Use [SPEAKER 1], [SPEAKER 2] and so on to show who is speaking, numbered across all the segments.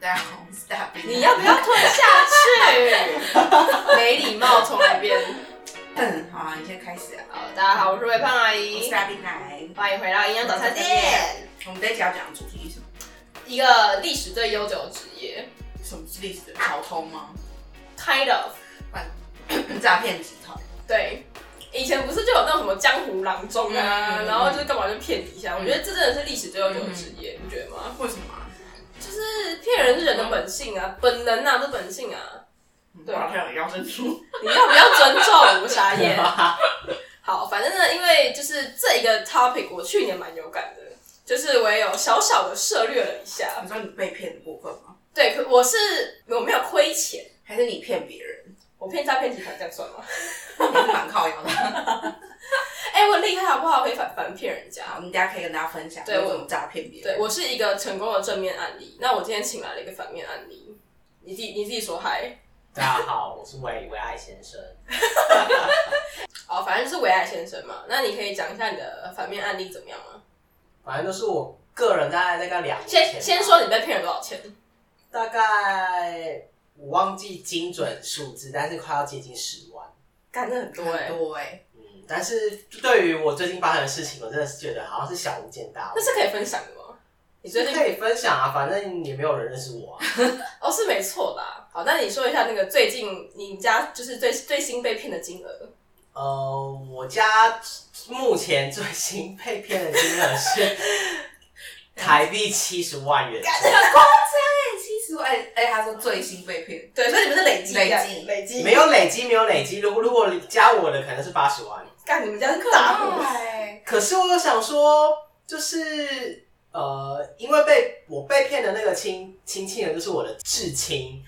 [SPEAKER 1] down, stabbing.
[SPEAKER 2] 你要不要吞下去？没礼貌，从哪边？
[SPEAKER 1] 嗯，好啊，你先开始啊。
[SPEAKER 2] 好，大家好，我是微胖阿
[SPEAKER 1] 我是
[SPEAKER 2] 姨，
[SPEAKER 1] 大兵来，
[SPEAKER 2] 欢迎回到营养早餐店。
[SPEAKER 1] 我们这一集要讲的主题是什么？
[SPEAKER 2] 一个历史最悠久的职业
[SPEAKER 1] 什么是历史的潮通吗？
[SPEAKER 2] ，kind of，
[SPEAKER 1] 诈骗集团。
[SPEAKER 2] 对。以前不是就有那种什么江湖郎中啊，
[SPEAKER 1] 嗯
[SPEAKER 2] 然后就是干嘛就骗你一下？
[SPEAKER 1] 嗯
[SPEAKER 2] 我觉得这真的是历史最悠久的职业，你觉得吗？
[SPEAKER 1] 为什么啊？
[SPEAKER 2] 就是骗人是人的本性啊，本能啊，这本性啊。对
[SPEAKER 1] 好像有腰身 出。
[SPEAKER 2] 你要不要尊重？我傻眼。好，反正呢，因为就是这一个 topic，我去年蛮有感的，就是我也有小小的涉略了一下。
[SPEAKER 1] 你说你被骗的部分吗？
[SPEAKER 2] 对，可我是我没有亏钱，
[SPEAKER 1] 还是你骗别人？
[SPEAKER 2] 我骗诈骗集团这样算吗？
[SPEAKER 1] 你是蛮靠腰的。
[SPEAKER 2] 哎、我很厉害好不好？可以反反骗人
[SPEAKER 1] 好，
[SPEAKER 2] 家。
[SPEAKER 1] 我们大家可以跟大家分享
[SPEAKER 2] 对我
[SPEAKER 1] 我怎么诈骗别人。
[SPEAKER 2] 对我是一个成功的正面案例，那我今天请来了一个反面案例，你自己你自己说嗨。
[SPEAKER 3] 大家好，我是韦韦爱先生。
[SPEAKER 2] 哦，反正就是维爱先生嘛，那你可以讲一下你的反面案例怎么样吗？
[SPEAKER 3] 反正都是我个人，大概大概两年前吧
[SPEAKER 2] 先先，说你被骗了多少钱？
[SPEAKER 3] 大概我忘记精准数字，但是快要接近十万。
[SPEAKER 2] 干的很多哎、
[SPEAKER 1] 很多哎，
[SPEAKER 3] 嗯，但是对于我最近发生的事情，我真的是觉得好像是小巫见大
[SPEAKER 2] 那
[SPEAKER 3] 巫。
[SPEAKER 2] 是可以分享的吗？你最近
[SPEAKER 3] 可以分享啊，反正也没有人认识我啊。
[SPEAKER 2] 哦，是没错啦。好，那你说一下那个最近你家就是最最新被骗的金额，
[SPEAKER 3] 呃，我家目前最新被骗的金额是 台币七十万元左右。
[SPEAKER 1] 对，七十万。哎哎，他说最新被骗，
[SPEAKER 2] 对，所以你们是累积
[SPEAKER 1] 累积
[SPEAKER 2] 这样累积
[SPEAKER 3] 没有累积，没有累积。如果如果加我的，可能是八十万。
[SPEAKER 2] 干，你们家是大户，
[SPEAKER 1] 对，
[SPEAKER 3] 可是我又想说，就是呃，因为被我被骗的那个亲亲戚呢，就是我的至亲。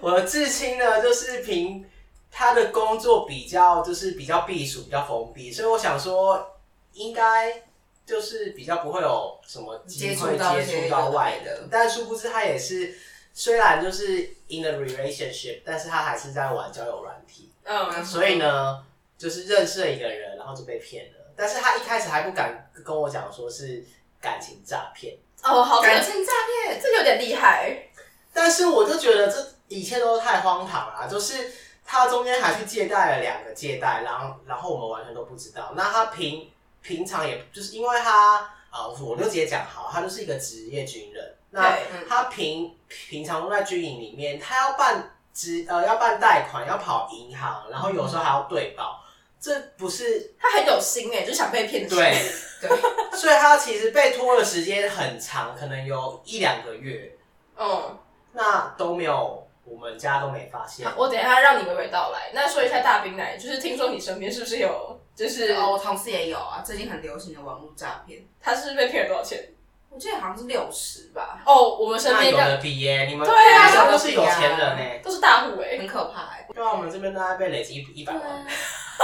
[SPEAKER 3] 我的至亲呢，就是凭他的工作比较，就是比较避暑，比较封闭，所以我想说，应该就是比较不会有什么机
[SPEAKER 1] 接触
[SPEAKER 3] 会
[SPEAKER 1] 到一
[SPEAKER 3] 接
[SPEAKER 1] 些
[SPEAKER 3] 触到外
[SPEAKER 1] 有的没
[SPEAKER 3] 的
[SPEAKER 1] 的。
[SPEAKER 3] 但殊不知，他也是虽然就是 in a relationship，但是他还是在玩交友软体。
[SPEAKER 2] 嗯，
[SPEAKER 3] 所以呢，就是认识了一个人，然后就被骗了。但是他一开始还不敢跟我讲说是感情诈骗，
[SPEAKER 2] 哦，好，这
[SPEAKER 1] 感
[SPEAKER 2] 个
[SPEAKER 1] 情诈骗。
[SPEAKER 2] 这个有点厉害，
[SPEAKER 3] 但是我就觉得这一切都太荒唐了啊、就是他中间还去借贷了两个借贷，然后然后我们完全都不知道。那他平平常也就是因为他啊、我就直接讲好，他就是一个职业军人。那
[SPEAKER 2] 对，
[SPEAKER 3] 他平平常都在军营里面，他要办职呃要办贷款，要跑银行，然后有时候还要对保，这不是
[SPEAKER 2] 他很有心哎，就想被骗的心，
[SPEAKER 3] 对
[SPEAKER 1] 对，
[SPEAKER 3] 所以他其实被拖的时间很长，可能有一两个月，
[SPEAKER 2] 嗯，
[SPEAKER 3] 那都没有，我们家都没发现
[SPEAKER 2] 好。我等一下让你娓娓道来。那说一下大兵来，就是听说你身边是不是有，就是
[SPEAKER 1] 哦，我同事也有啊，最近很流行的网络诈骗，
[SPEAKER 2] 他是不是被骗了多少钱？
[SPEAKER 1] 我记得好像是六十吧，
[SPEAKER 2] 哦，我们身
[SPEAKER 3] 那
[SPEAKER 2] 边
[SPEAKER 3] 有
[SPEAKER 2] 的
[SPEAKER 3] 的比耶、你们
[SPEAKER 2] 对啊
[SPEAKER 3] 你们都是有钱人呢、
[SPEAKER 2] 都是大户哎，
[SPEAKER 1] 很可怕哎。
[SPEAKER 3] 对啊，我们这边大概被累积一百
[SPEAKER 2] 啊
[SPEAKER 3] 万，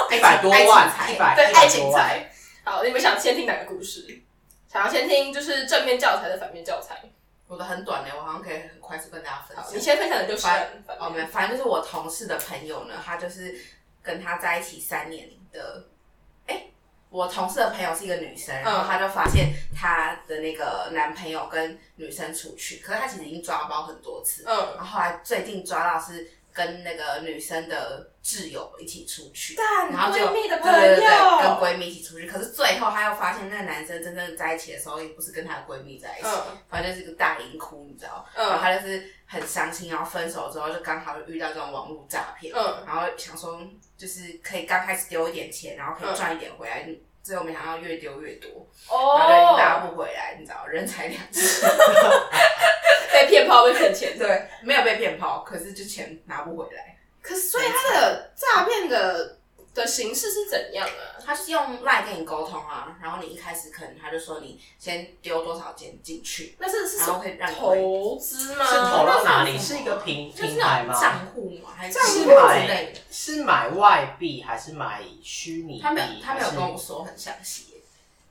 [SPEAKER 1] 对啊
[SPEAKER 3] 一百多
[SPEAKER 1] 爱
[SPEAKER 3] 万
[SPEAKER 1] 情，财
[SPEAKER 3] 一百
[SPEAKER 2] 对，
[SPEAKER 3] 一百
[SPEAKER 2] 爱情
[SPEAKER 3] 哎多啊万。
[SPEAKER 2] 财。好，你们想先听哪个故事？想要先听就是正面教材的反面教材。
[SPEAKER 1] 我的很短呢，欸我好像可以很快速跟大家分
[SPEAKER 2] 好，
[SPEAKER 1] 享
[SPEAKER 2] 你。先分享的就是
[SPEAKER 1] 反
[SPEAKER 2] 反
[SPEAKER 1] 哦，没有，
[SPEAKER 2] 面。
[SPEAKER 1] 反正就是我同事的朋友呢，他就是跟他在一起三年的，哎、我同事的朋友是一个女生，
[SPEAKER 2] 嗯
[SPEAKER 1] 然后她就发现她的那个男朋友跟女生出去，可是她其实已经抓包很多次，
[SPEAKER 2] 嗯，
[SPEAKER 1] 然后后来最近抓到是跟那个女生的挚友一起出去，
[SPEAKER 2] 干
[SPEAKER 1] 然后就
[SPEAKER 2] 啊闺蜜的朋
[SPEAKER 1] 对对对，跟
[SPEAKER 2] 友，
[SPEAKER 1] 闺蜜一起出去，可是最后她又发现那个男生真正在一起的时候，也不是跟她的闺蜜在一起，
[SPEAKER 2] 嗯
[SPEAKER 1] 反正就是个大银窟，你知道吗。然后
[SPEAKER 2] 嗯
[SPEAKER 1] 他就是很伤心，然后分手之后就刚好就遇到这种网络诈骗，
[SPEAKER 2] 嗯，
[SPEAKER 1] 然后想说就是可以刚开始丢一点钱，然后可以赚一点回来，最后没想到越丢越多，然后就拿
[SPEAKER 2] 哦，
[SPEAKER 1] 不回来，你知道，人财两失。
[SPEAKER 2] 被骗炮被骗钱。
[SPEAKER 1] 对，没有被骗跑，可是就钱拿不回来。
[SPEAKER 2] 可是，所以他的诈骗的的形式是怎样啊？
[SPEAKER 1] 他是用赖跟你沟通啊，然后你一开始可能他就说你先丢多少钱进去，
[SPEAKER 2] 那是是
[SPEAKER 1] 然
[SPEAKER 2] 什
[SPEAKER 1] 后
[SPEAKER 2] 么
[SPEAKER 1] 可以让你回
[SPEAKER 2] 投资吗？
[SPEAKER 3] 是投到哪
[SPEAKER 1] 那
[SPEAKER 3] 里？
[SPEAKER 1] 是
[SPEAKER 3] 是一个平
[SPEAKER 1] 就是
[SPEAKER 3] 平
[SPEAKER 1] 那
[SPEAKER 3] 台
[SPEAKER 1] 种
[SPEAKER 3] 吗？哎
[SPEAKER 1] 账户嘛，还是
[SPEAKER 2] 账
[SPEAKER 1] 什
[SPEAKER 3] 是
[SPEAKER 2] 户
[SPEAKER 1] 么之
[SPEAKER 3] 买
[SPEAKER 1] 类的。
[SPEAKER 3] 是买外币还是买虚拟币？
[SPEAKER 1] 他没有，他没有
[SPEAKER 3] 还是
[SPEAKER 1] 跟我说很详细耶，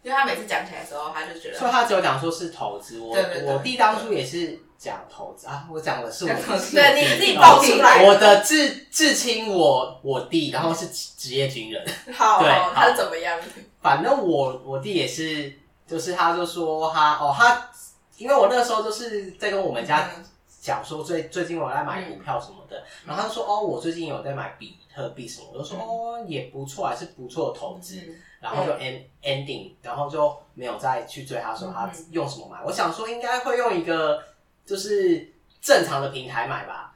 [SPEAKER 1] 因为他每次讲起来的时候，他就觉
[SPEAKER 3] 所
[SPEAKER 1] 得
[SPEAKER 3] 以他只有讲说是投资。我
[SPEAKER 1] 对对对
[SPEAKER 3] 我弟当初也是讲投资啊，我讲的是我
[SPEAKER 1] 讲投资
[SPEAKER 3] 是我
[SPEAKER 2] 对
[SPEAKER 3] 弟
[SPEAKER 2] 你自己爆
[SPEAKER 1] 出来
[SPEAKER 3] 我的至至亲我我弟，然后是职职业军人。
[SPEAKER 2] 好，
[SPEAKER 3] 对
[SPEAKER 2] 好他
[SPEAKER 3] 好
[SPEAKER 2] 是怎么样？
[SPEAKER 3] 反正我我弟也是，就是他就说他哦他，因为我那个时候就是在跟我们家
[SPEAKER 1] 嗯
[SPEAKER 3] 讲说最最近我在买股票什么的，然后他就说哦，我最近有在买比特币什么，我就说、
[SPEAKER 1] 嗯
[SPEAKER 3] 哦也不错，还是不错的投资，
[SPEAKER 1] 嗯
[SPEAKER 3] 然后就 end ending，然后就没有再去追他说他
[SPEAKER 1] 嗯
[SPEAKER 3] 用什么买，我想说应该会用一个就是正常的平台买吧，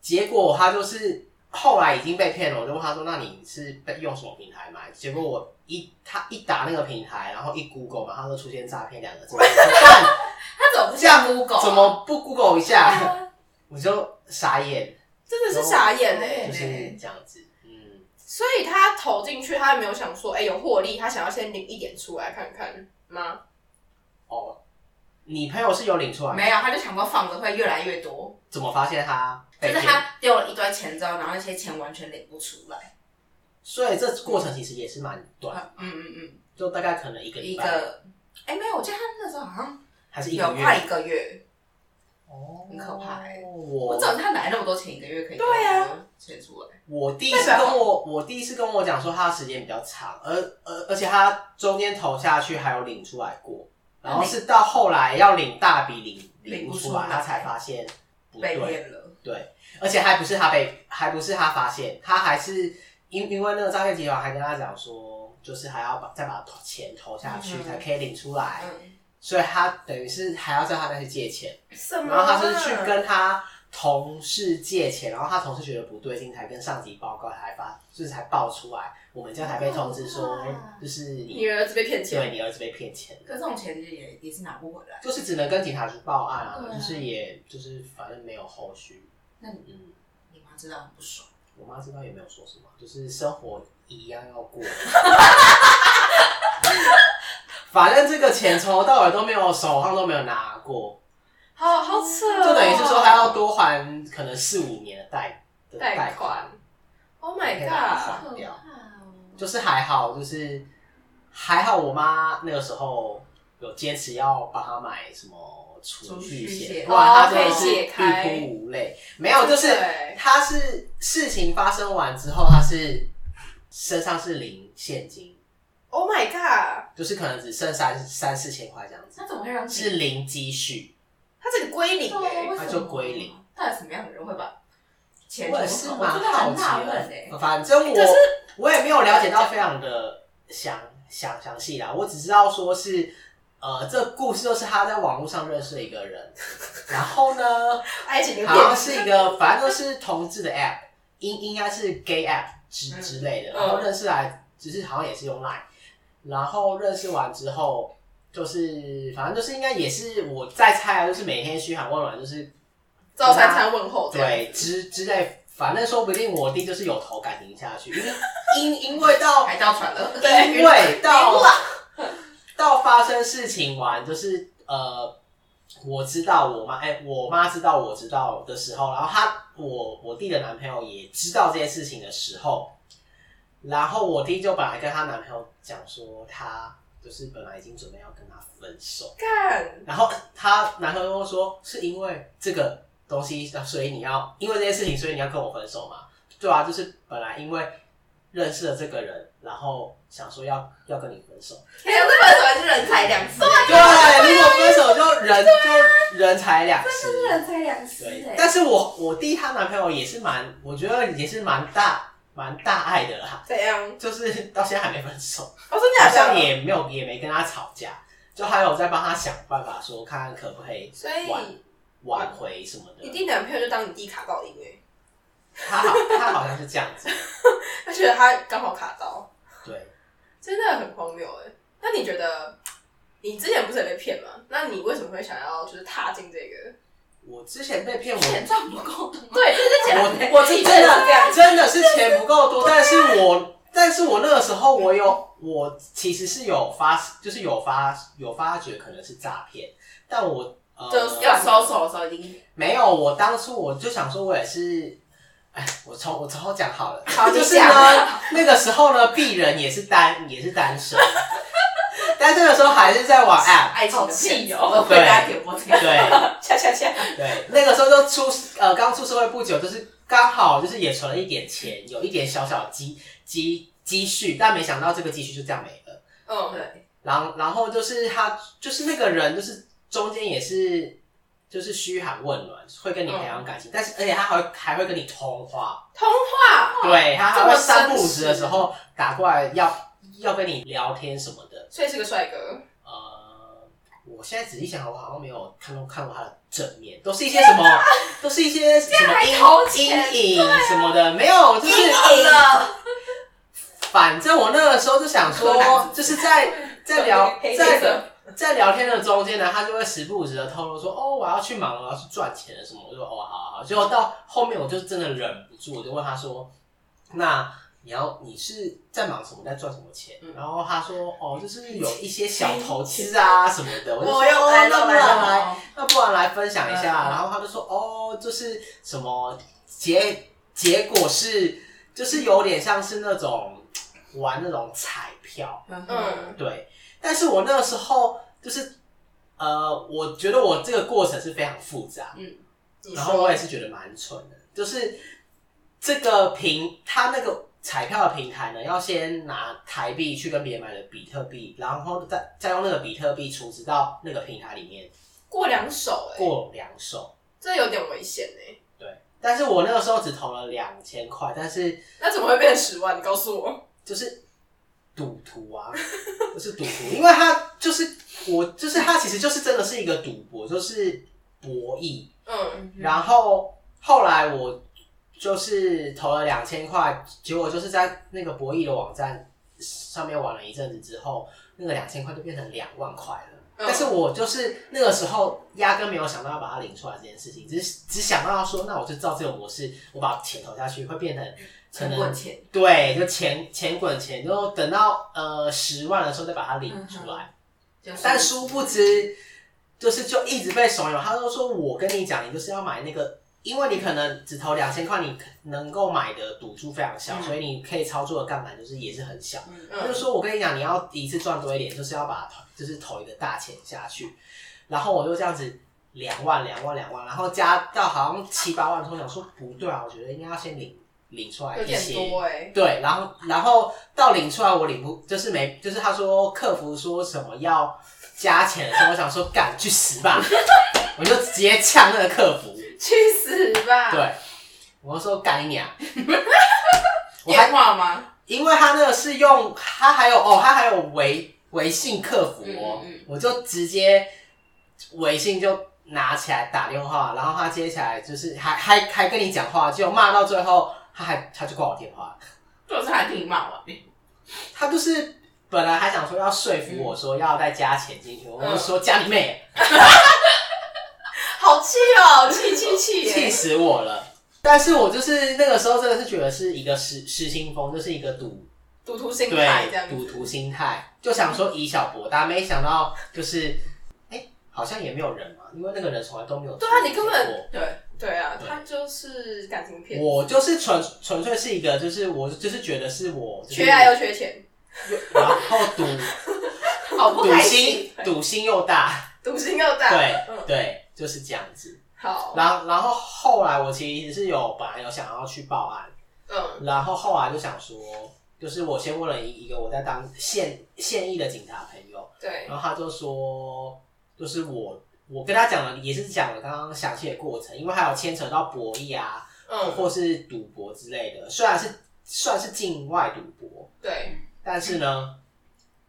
[SPEAKER 3] 结果他就是后来已经被骗了，我就问他说那你是被用什么平台买？结果我一他一打那个平台，然后一 Google 嘛，他就出现诈骗两 个字，我说干
[SPEAKER 1] 他怎么不
[SPEAKER 3] 这样
[SPEAKER 1] 像 Google？啊
[SPEAKER 3] 怎么不 Google 一下？
[SPEAKER 2] 啊
[SPEAKER 3] 我就傻眼，
[SPEAKER 2] 真的是傻眼哎、
[SPEAKER 1] 对
[SPEAKER 3] 就是
[SPEAKER 1] 对
[SPEAKER 3] 这样子。嗯，
[SPEAKER 2] 所以他投进去，他也没有想说，哎、有获利，他想要先领一点出来看看吗？
[SPEAKER 3] 哦，你朋友是有领出来吗？
[SPEAKER 1] 没有，他就想说放着会越来越多，
[SPEAKER 3] 怎么发现他
[SPEAKER 1] 就
[SPEAKER 3] 被
[SPEAKER 1] 是
[SPEAKER 3] 骗？
[SPEAKER 1] 他丢了一堆钱之后，然后那些钱完全领不出来。
[SPEAKER 3] 所以这过程其实也是蛮短，
[SPEAKER 1] 嗯嗯
[SPEAKER 3] 就大概可能一个
[SPEAKER 1] 嗯，
[SPEAKER 3] 礼
[SPEAKER 1] 一
[SPEAKER 3] 拜，
[SPEAKER 1] 个，哎、没有，我记得他那时候好像
[SPEAKER 3] 还是一
[SPEAKER 1] 有
[SPEAKER 3] 个
[SPEAKER 1] 快
[SPEAKER 3] 月。
[SPEAKER 1] 一个月。
[SPEAKER 3] 哦
[SPEAKER 1] 很可怕欸
[SPEAKER 3] 我
[SPEAKER 1] 我怎么他哪来那么多钱一个月可以？
[SPEAKER 2] 对啊，
[SPEAKER 1] 钱出来。
[SPEAKER 3] 我第一次跟我我第一次跟我讲说他的时间比较长，而而而且他中间投下去还有领出来过，然后是到后来要领大笔领领
[SPEAKER 1] 领
[SPEAKER 3] 不
[SPEAKER 1] 不
[SPEAKER 3] 出
[SPEAKER 1] 出来
[SPEAKER 3] 来，他才发现不
[SPEAKER 1] 被
[SPEAKER 3] 对。
[SPEAKER 1] 骗了，
[SPEAKER 3] 对，而且还不是他被，还不是他发现，他还是因因为那个诈骗集团还跟他讲说，就是还要把再把钱投下去
[SPEAKER 1] 嗯
[SPEAKER 3] 才可以领出来，
[SPEAKER 1] 嗯，
[SPEAKER 3] 所以他等于是还要叫他再去借钱，
[SPEAKER 2] 什
[SPEAKER 3] 然后他是去跟他同事借钱，然后他同事觉得不对劲，才跟上级报告，才发就是才爆出来，我们家才被通知
[SPEAKER 1] 好
[SPEAKER 3] 说
[SPEAKER 1] 可怕，
[SPEAKER 3] 就是你
[SPEAKER 2] 你儿子被骗钱，
[SPEAKER 3] 对你儿子被骗钱。
[SPEAKER 1] 可是这种钱就也也是拿不回来。
[SPEAKER 3] 就是只能跟警察局报案啊，
[SPEAKER 1] 对啊
[SPEAKER 3] 就是也就是反正没有后续。
[SPEAKER 1] 那你
[SPEAKER 3] 嗯，
[SPEAKER 1] 你妈知道很不爽，
[SPEAKER 3] 我妈知道也没有说什么，就是生活一样要过。反正这个钱从头到尾都没有，手上都没有拿过，
[SPEAKER 2] 好好扯、哦，
[SPEAKER 3] 就等于是说他要多还可能四五年的贷的
[SPEAKER 2] 贷
[SPEAKER 3] 贷
[SPEAKER 2] 款
[SPEAKER 3] 款，
[SPEAKER 2] ，Oh my
[SPEAKER 3] 可以把它
[SPEAKER 2] god，
[SPEAKER 3] 还掉。
[SPEAKER 1] 哦
[SPEAKER 3] 就是还好，就是还好，我妈那个时候有坚持要帮她买什么储蓄
[SPEAKER 1] 储蓄
[SPEAKER 3] 险，
[SPEAKER 1] 险哦
[SPEAKER 3] 不然她
[SPEAKER 2] 哦
[SPEAKER 3] 真的
[SPEAKER 2] 可
[SPEAKER 3] 是
[SPEAKER 2] 以解开
[SPEAKER 3] 欲哭无泪。没有，就是
[SPEAKER 2] 对
[SPEAKER 3] 她是事情发生完之后，她是身上是零现金，
[SPEAKER 2] ，Oh my god，
[SPEAKER 3] 就是可能只剩三三四千块这样子，
[SPEAKER 1] 那怎么会让自己
[SPEAKER 3] 是零积蓄。
[SPEAKER 2] 他这个归零哎、
[SPEAKER 1] 对，为
[SPEAKER 3] 它
[SPEAKER 1] 什
[SPEAKER 3] 就
[SPEAKER 1] 么
[SPEAKER 3] 归零。
[SPEAKER 1] 到底什么样的人会把钱
[SPEAKER 3] 我也
[SPEAKER 1] 全部
[SPEAKER 3] 是
[SPEAKER 1] 投
[SPEAKER 3] 蛮
[SPEAKER 1] 我真的
[SPEAKER 3] 好
[SPEAKER 1] 很
[SPEAKER 3] 奇
[SPEAKER 1] 纳闷哎
[SPEAKER 3] 的，。呃反正我
[SPEAKER 2] 可是
[SPEAKER 3] 我也没有了解到非常的详详详细啦，我只知道说是。呃，这故事就是他在网络上认识了一个人，然 后呢，
[SPEAKER 2] 爱情有
[SPEAKER 3] 好像
[SPEAKER 2] 点
[SPEAKER 3] 是一个反正就是同志的 app，应应该是 gay app 之
[SPEAKER 1] 嗯
[SPEAKER 3] 之类的，
[SPEAKER 2] 嗯
[SPEAKER 3] 然后认识来，只是好像也是用 line，然后认识完之后，就是反正就是应该也是我在猜啊，就是每天嘘寒问暖，就是
[SPEAKER 2] 照三餐问候这样，
[SPEAKER 3] 对啊之之类，反正说不定我弟就是有投感情下去，因为 因因为到
[SPEAKER 1] 还到船 了，
[SPEAKER 2] 对
[SPEAKER 3] 因为到到发生事情完，就是呃，我知道我妈，哎、我妈知道我知道的时候，然后她我我弟的男朋友也知道这件事情的时候，然后我弟就本来跟她男朋友讲说，她就是本来已经准备要跟她分手。
[SPEAKER 2] 干，
[SPEAKER 3] 然后她男朋友又说是因为这个东西，所以你要因为这件事情，所以你要跟我分手嘛？对啊，就是本来因为认识了这个人，然后想说要要跟你分手。
[SPEAKER 1] 哎，有这本什么是人财两失？
[SPEAKER 3] 对，如果分手就人、就人财两失。
[SPEAKER 1] 人财两失
[SPEAKER 2] 欸
[SPEAKER 3] 对，
[SPEAKER 1] 哎。
[SPEAKER 3] 但是我我弟她男朋友也是蛮，我觉得也是蛮大蛮大爱的啦，
[SPEAKER 2] 怎样？
[SPEAKER 3] 就是到现在还没分手。
[SPEAKER 2] 哦，真
[SPEAKER 3] 好
[SPEAKER 2] 假
[SPEAKER 3] 像
[SPEAKER 2] 的？
[SPEAKER 3] 也没有也没跟他吵架，就还有在帮他想办法说看看可不可以
[SPEAKER 2] 所以
[SPEAKER 3] 挽挽回什么
[SPEAKER 2] 你
[SPEAKER 3] 的。
[SPEAKER 2] 弟男朋友就当你弟卡到音哎，
[SPEAKER 3] 他好他好像是这样子，
[SPEAKER 2] 他觉得他刚好卡到，
[SPEAKER 3] 对，
[SPEAKER 2] 真的很荒谬哎。那你觉得你之前不是也被骗吗？那你为什么会想要就是踏进这个？
[SPEAKER 3] 我之前被骗，我
[SPEAKER 1] 钱赚不够多，
[SPEAKER 2] 对，就是
[SPEAKER 3] 我
[SPEAKER 2] 讲
[SPEAKER 3] 我是
[SPEAKER 2] 真
[SPEAKER 3] 真
[SPEAKER 2] 的是这
[SPEAKER 3] 的
[SPEAKER 2] 样
[SPEAKER 3] 真的是钱不够多，但是我但是我那个时候我有我其实是有发就是有发有发觉可能是诈骗，但我呃
[SPEAKER 2] 就是
[SPEAKER 1] 要收手的时候已经
[SPEAKER 3] 没有，我当初我就想说，我也是，哎，我从我从头讲好了。
[SPEAKER 2] 好你
[SPEAKER 3] 就是
[SPEAKER 2] 讲
[SPEAKER 3] 呢，那个时候呢，鄙人也是单也是单身，单身的时候还是在玩 App。
[SPEAKER 1] 爱情的
[SPEAKER 2] 气
[SPEAKER 1] 气
[SPEAKER 2] 哦
[SPEAKER 1] 我回答点播这个。
[SPEAKER 3] 对
[SPEAKER 2] 恰恰恰，
[SPEAKER 3] 对，那个时候就出呃刚出社会不久，就是刚好就是也存了一点钱，有一点小小积积积蓄，但没想到这个积蓄就这样没了。
[SPEAKER 2] 嗯，
[SPEAKER 1] 对，
[SPEAKER 3] 然后然后就是他就是那个人，就是中间也是就是嘘寒问暖，会跟你培养感情，但是而且他还会还会跟你通话，
[SPEAKER 2] 通话，
[SPEAKER 3] 对他还
[SPEAKER 2] 这么
[SPEAKER 3] 会
[SPEAKER 2] 绅
[SPEAKER 3] 三不五时的
[SPEAKER 2] 士
[SPEAKER 3] 时候打过来要要跟你聊天什么的。
[SPEAKER 2] 所以是个帅哥。
[SPEAKER 3] 呃，我现在仔细想，我好像没有看过看过他的正面，都是一些什么， 都是一些什么
[SPEAKER 1] 还投
[SPEAKER 3] 阴
[SPEAKER 1] 钱
[SPEAKER 3] 阴影什么的，没有，就是
[SPEAKER 1] 了，
[SPEAKER 3] 反正我那个时候就想
[SPEAKER 1] 柯南
[SPEAKER 3] 说，就是在在聊
[SPEAKER 2] 黑色
[SPEAKER 3] 在在聊天的中间呢，他就会时不时的透露说，哦，我要去忙了，我要去赚钱了什么。我就说，哦，好好好。结果到后面我就真的忍不住，我就问他说，那你要你是在忙什么，在赚什么钱？
[SPEAKER 1] 嗯
[SPEAKER 3] 然后他说，哦，就是有一些小投资啊什么的。我就说，
[SPEAKER 1] 我又
[SPEAKER 3] 哦
[SPEAKER 1] 来
[SPEAKER 3] 那
[SPEAKER 1] 了
[SPEAKER 3] 不
[SPEAKER 1] 来
[SPEAKER 3] 然来
[SPEAKER 1] 了，
[SPEAKER 3] 那不然来分享一下。
[SPEAKER 1] 嗯
[SPEAKER 3] 然后他就说，哦，就是什么结结果是，就是有点像是那种玩那种彩票，
[SPEAKER 1] 嗯，
[SPEAKER 2] 嗯，
[SPEAKER 3] 对。但是我那个时候就是，呃，我觉得我这个过程是非常复杂，
[SPEAKER 2] 你
[SPEAKER 3] 然后我
[SPEAKER 2] 说
[SPEAKER 3] 也是觉得蛮蠢的，就是这个平他那个。彩票的平台呢，要先拿台币去跟别人买的比特币，然后再再用那个比特币储值到那个平台里面
[SPEAKER 2] 过两手哎、
[SPEAKER 3] 过两手，
[SPEAKER 2] 这有点危险哎、
[SPEAKER 3] 对，但是我那个时候只投了两千块，但是
[SPEAKER 2] 那怎么会变成十万？你告诉我，
[SPEAKER 3] 就是赌徒啊，就是赌徒，因为他就是我，就是他其实就是真的是一个赌博，就是博弈。
[SPEAKER 2] 嗯，
[SPEAKER 3] 然后后来我就是投了两千块，结果就是在那个博弈的网站上面玩了一阵子之后，那个两千块就变成两万块了。
[SPEAKER 2] 嗯
[SPEAKER 3] 但是我就是那个时候压根没有想到要把它领出来这件事情，只是只想到说，那我就照这个模式，我把钱投下去会变成可
[SPEAKER 1] 钱
[SPEAKER 3] 能
[SPEAKER 1] 滚钱，
[SPEAKER 3] 对，就钱钱滚钱，然后等到呃十万的时候再把它领出
[SPEAKER 1] 嗯
[SPEAKER 3] 来。
[SPEAKER 1] 就是
[SPEAKER 3] 但殊不知，就是就一直被怂恿，他就说我跟你讲，你就是要买那个。因为你可能只投两千块，你能够买的赌注非常小，
[SPEAKER 1] 嗯
[SPEAKER 3] 所以你可以操作的杠杆就是也是很小。
[SPEAKER 1] 嗯
[SPEAKER 3] 他就说：“我跟你讲，你要一次赚多一点，就是要把投就是投一个大钱下去。”然后我就这样子两万、两万、两万，然后加到好像七八万的时候，我想说不对啊，我觉得应该要先领领出来
[SPEAKER 2] 有
[SPEAKER 3] 一
[SPEAKER 2] 点
[SPEAKER 3] 些。
[SPEAKER 2] 多哎、
[SPEAKER 3] 对，然后然后到领出来，我领不就是没，就是他说客服说什么要加钱的时候，我想说敢去 死吧，我就直接呛那个客服，
[SPEAKER 2] 去
[SPEAKER 1] 啊
[SPEAKER 2] 死吧！
[SPEAKER 3] 对，我就说干 你娘，我还
[SPEAKER 1] 电话吗？
[SPEAKER 3] 因为他那个是用，他还有哦，他还有微微信客服哦，
[SPEAKER 1] 嗯嗯嗯
[SPEAKER 3] 我就直接微信就拿起来打电话，然后他接起来就是还还还跟你讲话，就骂到最后，他还他就挂我电话，
[SPEAKER 1] 就是还挺啊骂我的，
[SPEAKER 3] 他就是本来还想说要说服
[SPEAKER 2] 嗯
[SPEAKER 3] 我说要再加钱进去，我就说加你妹，
[SPEAKER 2] 好气哦，气气气
[SPEAKER 3] 气
[SPEAKER 2] 耶！
[SPEAKER 3] 死我了。但是我就是那个时候真的是觉得是一个失失心疯，就是一个赌
[SPEAKER 2] 赌徒心态这样
[SPEAKER 3] 对，
[SPEAKER 2] 子，
[SPEAKER 3] 赌徒心态，就想说以小博大，没想到就是，哎、好像也没有人嘛，因为那个人从来都没有
[SPEAKER 2] 对啊
[SPEAKER 3] 出
[SPEAKER 2] 你根本
[SPEAKER 3] 现过
[SPEAKER 1] 对，
[SPEAKER 2] 对啊，
[SPEAKER 3] 对
[SPEAKER 2] 他就是感情骗子，
[SPEAKER 3] 我就是纯纯粹是一个，就是我就是觉得是我、就是
[SPEAKER 2] 缺爱又缺钱，
[SPEAKER 3] 然后赌
[SPEAKER 1] 好不
[SPEAKER 3] 赌
[SPEAKER 1] 开
[SPEAKER 3] 心
[SPEAKER 1] 心，
[SPEAKER 3] 赌心又 大，
[SPEAKER 2] 赌性又大。
[SPEAKER 3] 对
[SPEAKER 2] 嗯，
[SPEAKER 3] 对，就是这样子。
[SPEAKER 2] 好，
[SPEAKER 3] 然后然后后来我其实是有本来有想要去报案，
[SPEAKER 2] 嗯
[SPEAKER 3] 然后后来就想说，就是我先问了一一个我在当现现役的警察朋友。
[SPEAKER 2] 对，
[SPEAKER 3] 然后他就说，就是我我跟他讲了，也是讲了刚刚详细的过程，因为还有牵扯到博弈啊，
[SPEAKER 2] 嗯
[SPEAKER 3] 或是赌博之类的。虽然是算是境外赌博，
[SPEAKER 2] 对，
[SPEAKER 3] 但是呢，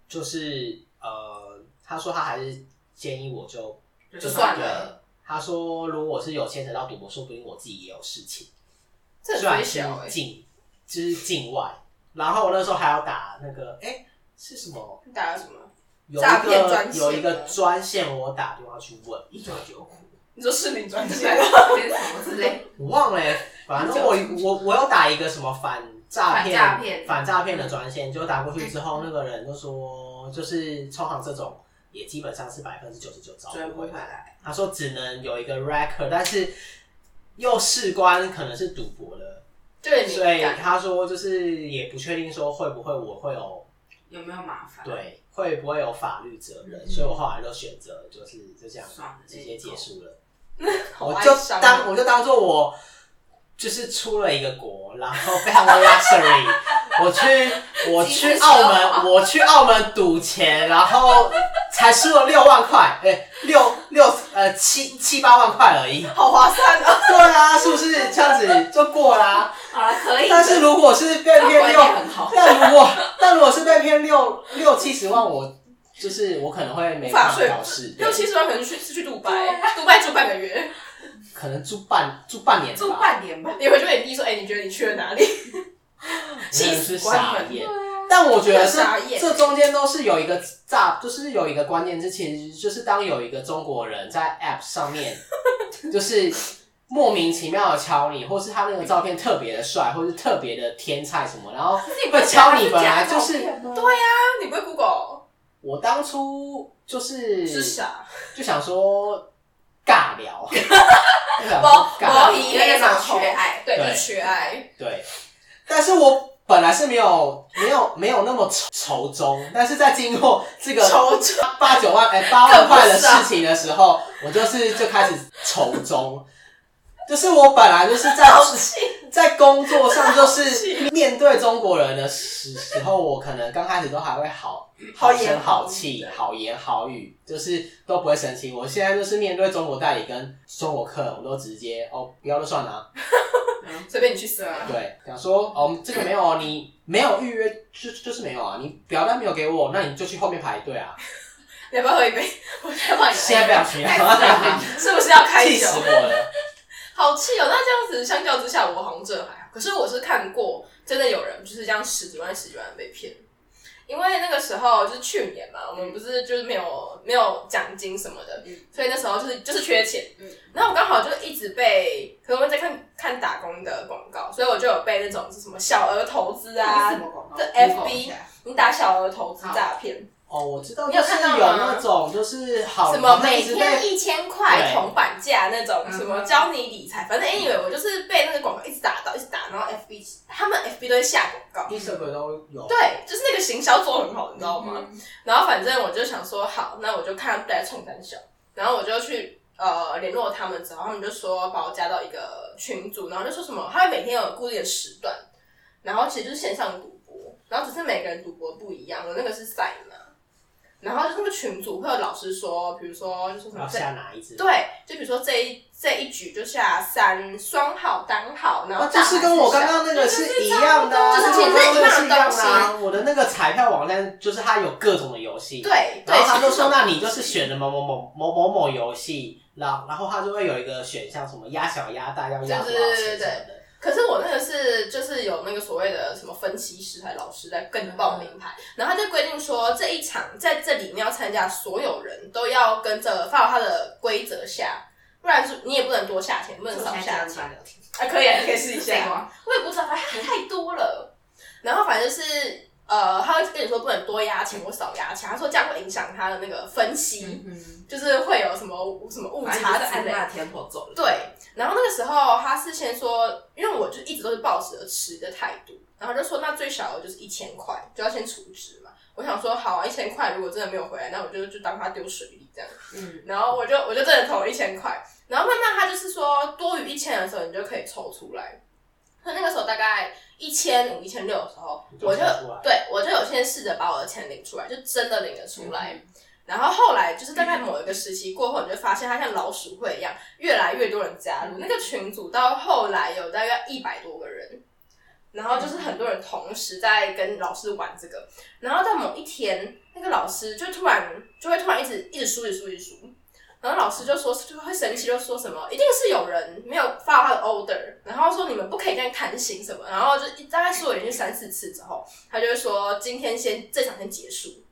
[SPEAKER 3] 就是呃，他说他还是建议我就
[SPEAKER 1] 就
[SPEAKER 2] 算
[SPEAKER 1] 算了，
[SPEAKER 2] 了。
[SPEAKER 3] 他说，如果是有牵扯到赌博，说不定我自己也有事情。
[SPEAKER 2] 这
[SPEAKER 3] 虽然
[SPEAKER 2] 很
[SPEAKER 3] 是啊
[SPEAKER 2] 小
[SPEAKER 1] 欸
[SPEAKER 2] 哎，
[SPEAKER 3] 境，就是境外。然后我那时候还要打那个，哎、是什么？
[SPEAKER 2] 你打了什么？
[SPEAKER 3] 有
[SPEAKER 2] 诈
[SPEAKER 3] 一
[SPEAKER 2] 骗
[SPEAKER 3] 个
[SPEAKER 2] 专线
[SPEAKER 3] 有一个
[SPEAKER 2] 吗
[SPEAKER 3] 专线，我打电话去问，
[SPEAKER 1] 一九九五，
[SPEAKER 2] 你说市民专
[SPEAKER 1] 对
[SPEAKER 2] 线，
[SPEAKER 1] 这是什么之类，
[SPEAKER 3] 我忘了欸、反正我我我有打一个什么反诈
[SPEAKER 1] 反
[SPEAKER 3] 骗
[SPEAKER 1] 诈骗嗯
[SPEAKER 3] 反诈骗的专线，就打过去之后，那个人就说，就是抽行这种也基本上是百分之九十九 找
[SPEAKER 1] 追不
[SPEAKER 3] 不回
[SPEAKER 1] 回
[SPEAKER 3] 来。
[SPEAKER 1] 来，
[SPEAKER 3] 他说只能有一个 record，但是又事关可能是赌博的，
[SPEAKER 2] 对
[SPEAKER 3] 所以
[SPEAKER 2] 你感
[SPEAKER 3] 他说就是也不确定说会不会我会有
[SPEAKER 1] 有没有麻烦？，
[SPEAKER 3] 对，会不会有法律责任？
[SPEAKER 1] 嗯
[SPEAKER 3] 所以我后来就选择就是就这样
[SPEAKER 1] 算了
[SPEAKER 3] 直接结束了。
[SPEAKER 2] 好
[SPEAKER 3] 我
[SPEAKER 2] 哀
[SPEAKER 3] 就
[SPEAKER 2] 伤哦
[SPEAKER 3] 当我就当做我就是出了一个国，然后非常的 luxury。我 去我
[SPEAKER 1] 几
[SPEAKER 3] 去
[SPEAKER 1] 乎
[SPEAKER 3] 澳
[SPEAKER 1] 是
[SPEAKER 3] 门，我去澳门赌钱，然后才输了六万块，哎、六六呃七七八万块 而已。
[SPEAKER 2] 好划算啊！
[SPEAKER 3] 对啊，是不是这样子就过啦、
[SPEAKER 1] 好了，可
[SPEAKER 2] 哎
[SPEAKER 1] 以的。
[SPEAKER 3] 但是如果是被
[SPEAKER 1] 这个
[SPEAKER 3] 骗
[SPEAKER 1] 观
[SPEAKER 3] 六
[SPEAKER 1] 念很好，
[SPEAKER 3] 但如果但如果是被骗六六七十万，我就是我可能会没
[SPEAKER 2] 无法
[SPEAKER 3] 办法
[SPEAKER 2] 说
[SPEAKER 3] 表示，对
[SPEAKER 2] 六七十万可能去是去杜拜，杜拜住半个月，
[SPEAKER 3] 可能住半住半年吧，
[SPEAKER 1] 住半年吧。
[SPEAKER 2] 你回去问你弟说，哎、你觉得你去了哪里？
[SPEAKER 3] 真
[SPEAKER 2] 气
[SPEAKER 3] 的是
[SPEAKER 2] 死关
[SPEAKER 3] 傻
[SPEAKER 2] 门
[SPEAKER 3] 眼。但我觉得是
[SPEAKER 2] 傻眼
[SPEAKER 3] 这中间都是有一个诈，就是有一个关键，之其实就是当有一个中国人在 App 上面，就是莫名其妙的敲你，或是他那个照片特别的帅，或是特别的天菜什么，然后会敲你，本来就是
[SPEAKER 1] 对呀，
[SPEAKER 2] 啊，你不会 Google
[SPEAKER 3] 我当初就是
[SPEAKER 2] 是傻，
[SPEAKER 3] 就想说尬聊， 就想说
[SPEAKER 2] 包
[SPEAKER 3] 尬
[SPEAKER 2] 包
[SPEAKER 3] 聊，
[SPEAKER 1] 以
[SPEAKER 2] 一那个
[SPEAKER 1] 缺爱
[SPEAKER 2] 对，就
[SPEAKER 3] 对
[SPEAKER 2] 是缺爱，
[SPEAKER 3] 对。但是我本来是没有没有没有那么仇仇中，但是在经过这个
[SPEAKER 2] 愁愁
[SPEAKER 3] 八九万哎八万块的
[SPEAKER 2] 更不爽
[SPEAKER 3] 事情的时候，我就是就开始仇中。就是我本来就是在
[SPEAKER 2] 气，
[SPEAKER 3] 在工作上，就
[SPEAKER 2] 好气
[SPEAKER 3] 是面对中国人的时时候，我可能刚开始都还会好
[SPEAKER 2] 好言
[SPEAKER 3] 声
[SPEAKER 2] 好
[SPEAKER 3] 好
[SPEAKER 2] 语
[SPEAKER 3] 气
[SPEAKER 2] 对、
[SPEAKER 3] 好言好语，就是都不会生气。我现在就是面对中国代理跟中国客人，我都直接哦不要就算了啊、
[SPEAKER 2] 随便你去死啊！
[SPEAKER 3] 对，想说哦这个没有哦，你没有预约就就是没有啊，你表单没有给我，那你就去后面排队 啊。
[SPEAKER 2] 你要不要喝一杯？我要帮你
[SPEAKER 3] 现在不想
[SPEAKER 2] 要，
[SPEAKER 3] 去
[SPEAKER 1] 太自然
[SPEAKER 3] 啊
[SPEAKER 1] 了，
[SPEAKER 2] 是不是要开
[SPEAKER 3] 气
[SPEAKER 2] 酒？
[SPEAKER 3] 死我了。
[SPEAKER 2] 好气哦！那这样子相较之下，我好像真的还好。可是我是看过真的有人就是这样十几万、十几万被骗，因为那个时候就是去年嘛，我们不是就是没有没有奖金什么的，
[SPEAKER 1] 嗯
[SPEAKER 2] 所以那时候就是就是缺钱。
[SPEAKER 1] 嗯
[SPEAKER 2] 然后我刚好就一直被，可能我在看看打工的广告，所以我就有被那种是什么小额投资啊， 这 FB 你打小额投资诈骗，
[SPEAKER 3] 哦，我知道，
[SPEAKER 2] 你
[SPEAKER 3] 就
[SPEAKER 2] 有
[SPEAKER 3] 是
[SPEAKER 2] 看到
[SPEAKER 3] 有
[SPEAKER 2] 吗
[SPEAKER 3] 那种就是好
[SPEAKER 2] 什么
[SPEAKER 3] 人一
[SPEAKER 2] 每
[SPEAKER 3] 直
[SPEAKER 2] 天
[SPEAKER 3] 被
[SPEAKER 2] 一千块
[SPEAKER 3] 对嗯
[SPEAKER 2] 铜板价那种，
[SPEAKER 1] 嗯
[SPEAKER 2] 什么教你理财，反正 anyway 我就是被那个广告一直打到，一直打，然后 FB 他们 FB 都会下广告，
[SPEAKER 3] Instagram 都有。
[SPEAKER 2] 对，就是那个行销做得很好，你知道吗？？
[SPEAKER 3] 嗯
[SPEAKER 2] 然后反正我就想说，好，那我就看不来冲三小，然后我就去呃联络他们之后，他们就说把我加到一个群组，然后就说什么，他们每天有固定的时段，然后其实就是线上赌博，然后只是每个人赌博不一样，我那个是赛马，然后就是那个群组会有老师说，比如说就说什
[SPEAKER 3] 要
[SPEAKER 2] 么这
[SPEAKER 3] 下哪一只？
[SPEAKER 2] 对，就比如说这一这一局就下三双好单好，然后
[SPEAKER 3] 啊，就是跟我刚刚那个是一样的、啊，
[SPEAKER 2] 就是其实
[SPEAKER 3] 跟我刚刚那个
[SPEAKER 2] 是
[SPEAKER 3] 是
[SPEAKER 2] 一样的
[SPEAKER 3] 一样
[SPEAKER 2] 东
[SPEAKER 3] 的、
[SPEAKER 2] 西
[SPEAKER 3] 啊。我的那个彩票网站就是它有各种的游戏，
[SPEAKER 2] 对对，
[SPEAKER 3] 然后他就
[SPEAKER 2] 其实
[SPEAKER 3] 说，那你就是选了某某某某某某游戏，然后然后他就会有一个选项，什么压小压大，要压多少
[SPEAKER 2] 对对对
[SPEAKER 3] 钱
[SPEAKER 2] 对
[SPEAKER 3] 什么的。
[SPEAKER 2] 可是我那个是就是有那个所谓的什么分析师还老师在跟你报名牌，然后他就规定说这一场在这里面要参加所有人都要跟着 follow 他的规则下，不然是你也不能多下钱，不能少下钱。
[SPEAKER 1] 聊天，
[SPEAKER 2] 啊，可以啊，你可以试一
[SPEAKER 1] 这个
[SPEAKER 2] 下
[SPEAKER 1] 吗。
[SPEAKER 2] 我也不知道，反正太多了。然后反正就是呃，他会跟你说不能多压钱或少压钱，他说这样会影响他的那个分析，
[SPEAKER 1] 嗯
[SPEAKER 2] 就是会有什么什么误
[SPEAKER 1] 哼，反
[SPEAKER 2] 差
[SPEAKER 1] 正就是
[SPEAKER 2] 之
[SPEAKER 1] 按
[SPEAKER 2] 类的。
[SPEAKER 1] 那天头走了。
[SPEAKER 2] 对，然后那个时候他是先说，因为我就一直都是抱持着吃的态度，然后就说那最少的就是一千块，就要先储值嘛。我想说好啊，一千块如果真的没有回来，那我就就当它丢水里这样。
[SPEAKER 1] 嗯，
[SPEAKER 2] 然后我就我就真的投了一千块，然后慢慢他就是说多余一千的时候你就可以抽出来，他那个时候大概一千五、一千六的时候，
[SPEAKER 3] 你就
[SPEAKER 2] 我就
[SPEAKER 3] 抽出来
[SPEAKER 2] 对我就有先试着把我的钱领出来，就真的领了出来。然后后来就是大概某一个时期过后，你就发现它像老鼠会一样，越来越多人加入那个群组，到后来有大概一百多个人，然后就是很多人同时在跟老师玩这个，然后到某一天，那个老师就突然就会突然一直一直输，一直输，一直输。然后老师就说，就会生气，就说什么一定是有人没有 follow 他的 order，然后说你们不可以这样贪心什么，然后就一大概说了连续三四次之后，他就会说今天先这场先结束，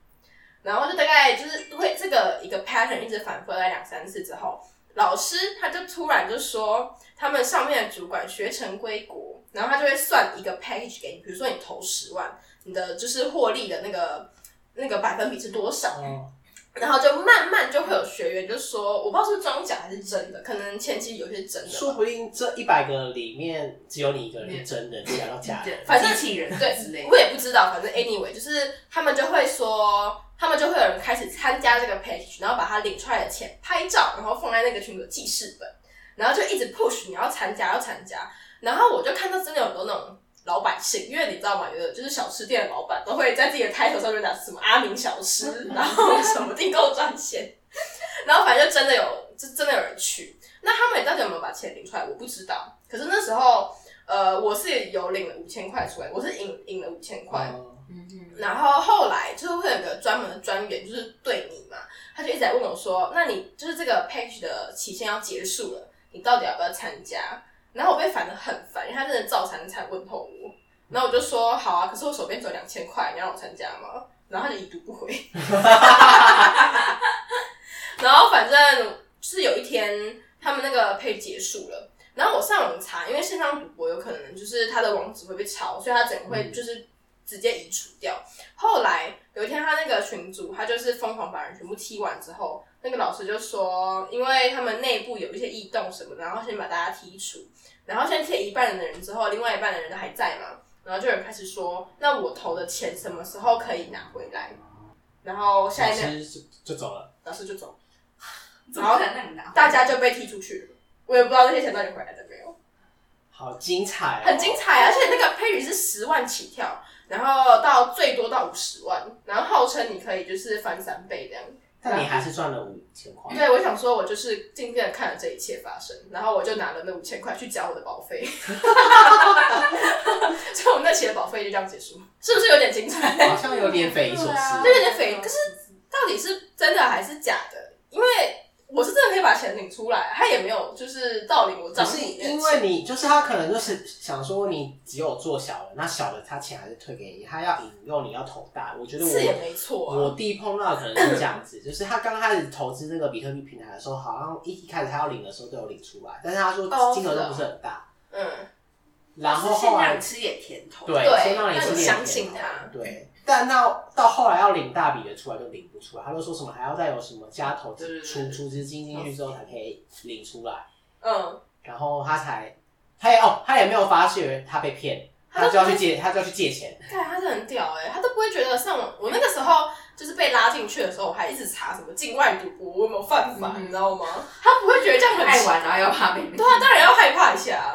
[SPEAKER 2] 然后就大概就是会这个一个 pattern 一直反复了两三次之后，老师他就突然就说他们上面的主管学成归国，然后他就会算一个 package 给你，比如说你投十万，你的就是获利的那个那个百分比是多少，
[SPEAKER 3] 哦，
[SPEAKER 2] 然后就慢慢就会有学员就说，我不知道是装假还是真的，可能前期有些是真的
[SPEAKER 3] 说
[SPEAKER 2] 吧。
[SPEAKER 3] 不定这一百个里面只有你一个人是真的，你讲到假的。
[SPEAKER 2] 反正
[SPEAKER 1] 机器人
[SPEAKER 2] 对
[SPEAKER 1] 之类，的，
[SPEAKER 2] 我也不知道，反正 anyway，就是他们就会说，他们就会有人开始参加这个 page，然后把他领出来的钱拍照，然后放在那个群组记事本，然后就一直 push 你要参加要参加，然后我就看到真的有很多那种老百姓，因为你知道吗？有的就是小吃店的老板都会在自己的 title 上面打什么阿明小吃，然后什么订购专线。然后反正就真的有，就真的有人去。那他们到底有没有把钱领出来，我不知道。可是那时候，呃，我是有领了五千块出来，我是赢赢了五千块。
[SPEAKER 3] 哦
[SPEAKER 1] 嗯嗯
[SPEAKER 2] 然后后来就是会有个专门的专员，就是对你嘛，他就一直在问我说，那你就是这个 page 的期限要结束了，你到底要不要参加？然后我被烦得很烦，因为他真的照三餐问候我，然后我就说好啊，可是我手边只有两千块，你要让我参加吗？然后他就已读不回。然后反正就是有一天他们那个 page 结束了。然后我上网查，因为线上赌博有可能就是它的网址会被抄，所以它整个会就是直接移除掉。后来有一天，他那个群主他就是疯狂把人全部踢完之后，那个老师就说，因为他们内部有一些异动什么的，然后先把大家剔除，然后先踢了一半的人之后，另外一半的人都还在嘛，然后就有人开始说，那我投的钱什么时候可以拿回来？然后下
[SPEAKER 3] 老
[SPEAKER 2] 一秒
[SPEAKER 3] 师就哦就走了，
[SPEAKER 2] 老师就走了。
[SPEAKER 1] 怎么可能啊让你拿？
[SPEAKER 2] 大家就被踢出去了。我也不知道那些钱到底回来了没有，
[SPEAKER 3] 好精彩、哦，
[SPEAKER 2] 很精彩啊，而且那个配比是十万起跳，然后到最多到五十万，然后号称你可以就是翻三倍这样。
[SPEAKER 3] 但你还是赚了五千块，
[SPEAKER 2] 对，我想说，我就是静静的看着这一切发生，然后我就拿了那五千块去交我的保费， 所以我们那期的保费就这样结束，是不是有点精彩？
[SPEAKER 3] 好像有点匪夷所
[SPEAKER 1] 对啊
[SPEAKER 3] 思
[SPEAKER 2] 这。有点匪夷，可是到底是真的还是假的？因为我是真的可以把钱领出来，他也没有就是盗领我
[SPEAKER 3] 只
[SPEAKER 2] 账户
[SPEAKER 3] 是
[SPEAKER 2] 里面的钱。
[SPEAKER 3] 因为你，就是他可能就是想说你只有做小的，那小的他钱还是退给你，他要引诱你要投大。我觉得我
[SPEAKER 2] 是也没错啊
[SPEAKER 3] 我弟碰到的可能是这样子，就是他刚开始投资那个比特币平台的时候，好像一开始他要领的时候都有领出来，但是他说
[SPEAKER 2] 哦
[SPEAKER 3] 金额
[SPEAKER 2] 是
[SPEAKER 3] 都
[SPEAKER 2] 哦
[SPEAKER 3] 不是很大，
[SPEAKER 2] 嗯，
[SPEAKER 3] 然后
[SPEAKER 1] 先
[SPEAKER 3] 后
[SPEAKER 1] 让
[SPEAKER 3] 来
[SPEAKER 1] 你吃点甜头，
[SPEAKER 3] 对，
[SPEAKER 2] 对
[SPEAKER 3] 先让你
[SPEAKER 2] 让
[SPEAKER 3] 吃
[SPEAKER 2] 你
[SPEAKER 3] 点
[SPEAKER 2] 相
[SPEAKER 3] 甜
[SPEAKER 2] 信
[SPEAKER 3] 头
[SPEAKER 2] 他
[SPEAKER 3] 对，但到到后来要领大笔的出来就领不出来，他就说什么还要再有什么加投
[SPEAKER 1] 对对
[SPEAKER 3] 资
[SPEAKER 1] 对
[SPEAKER 3] 出出资金进去之后才可以领出来，
[SPEAKER 2] 嗯，
[SPEAKER 3] 然后他才他也哦他也没有发觉他被骗，他就要去借他就要去借钱，
[SPEAKER 2] 看他是很屌哎、他都不会觉得上网。我那个时候就是被拉进去的时候，我还一直查什么境外赌博我有没有犯法，
[SPEAKER 1] 嗯
[SPEAKER 2] 你知道吗？他不会觉得这样很
[SPEAKER 1] 爱
[SPEAKER 2] 奇，
[SPEAKER 1] 玩然后又怕被骂
[SPEAKER 2] 对啊，当然要害怕一下啊。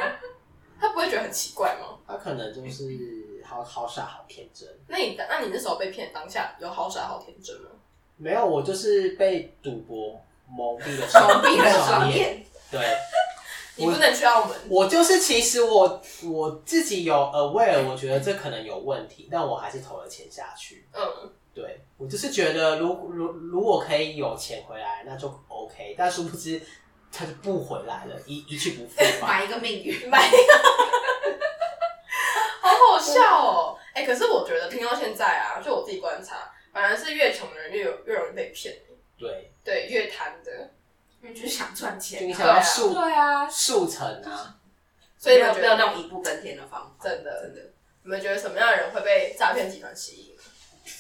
[SPEAKER 2] 他不会觉得很奇怪吗？
[SPEAKER 3] 他可能就是好好傻好天真。
[SPEAKER 2] 那你那你那时候被骗当下有好傻好天真吗？
[SPEAKER 3] 没有，我就是被赌博蒙蔽了
[SPEAKER 1] 蒙蔽了双
[SPEAKER 3] 眼。
[SPEAKER 1] 眼，
[SPEAKER 3] 对，
[SPEAKER 2] 你不能去澳门，
[SPEAKER 3] 我就是其实我我自己有 aware，我觉得这可能有问题，但我还是投了钱下去。
[SPEAKER 2] 嗯，
[SPEAKER 3] 对我就是觉得如如如果可以有钱回来，那就 OK，但殊不知他就不回来了，一一去不复返。
[SPEAKER 1] 买一个命运。
[SPEAKER 2] 买一个，好好笑哦。哎、可是我觉得听到现在啊，就我自己观察，反而是越穷的人越有越容易被骗，
[SPEAKER 3] 对，
[SPEAKER 2] 对，越贪的。
[SPEAKER 1] 因为就是想赚
[SPEAKER 3] 就
[SPEAKER 1] 钱
[SPEAKER 3] 你。想要
[SPEAKER 2] 对啊
[SPEAKER 3] 速
[SPEAKER 1] 啊，
[SPEAKER 3] 速成啊，
[SPEAKER 2] 所以
[SPEAKER 1] 没
[SPEAKER 2] 你
[SPEAKER 1] 有
[SPEAKER 2] 们觉
[SPEAKER 1] 没有
[SPEAKER 2] 得
[SPEAKER 1] 那种一步登天的方法，
[SPEAKER 2] 真的
[SPEAKER 1] 真的。
[SPEAKER 2] 你们觉得什么样的人会被诈骗集团吸引？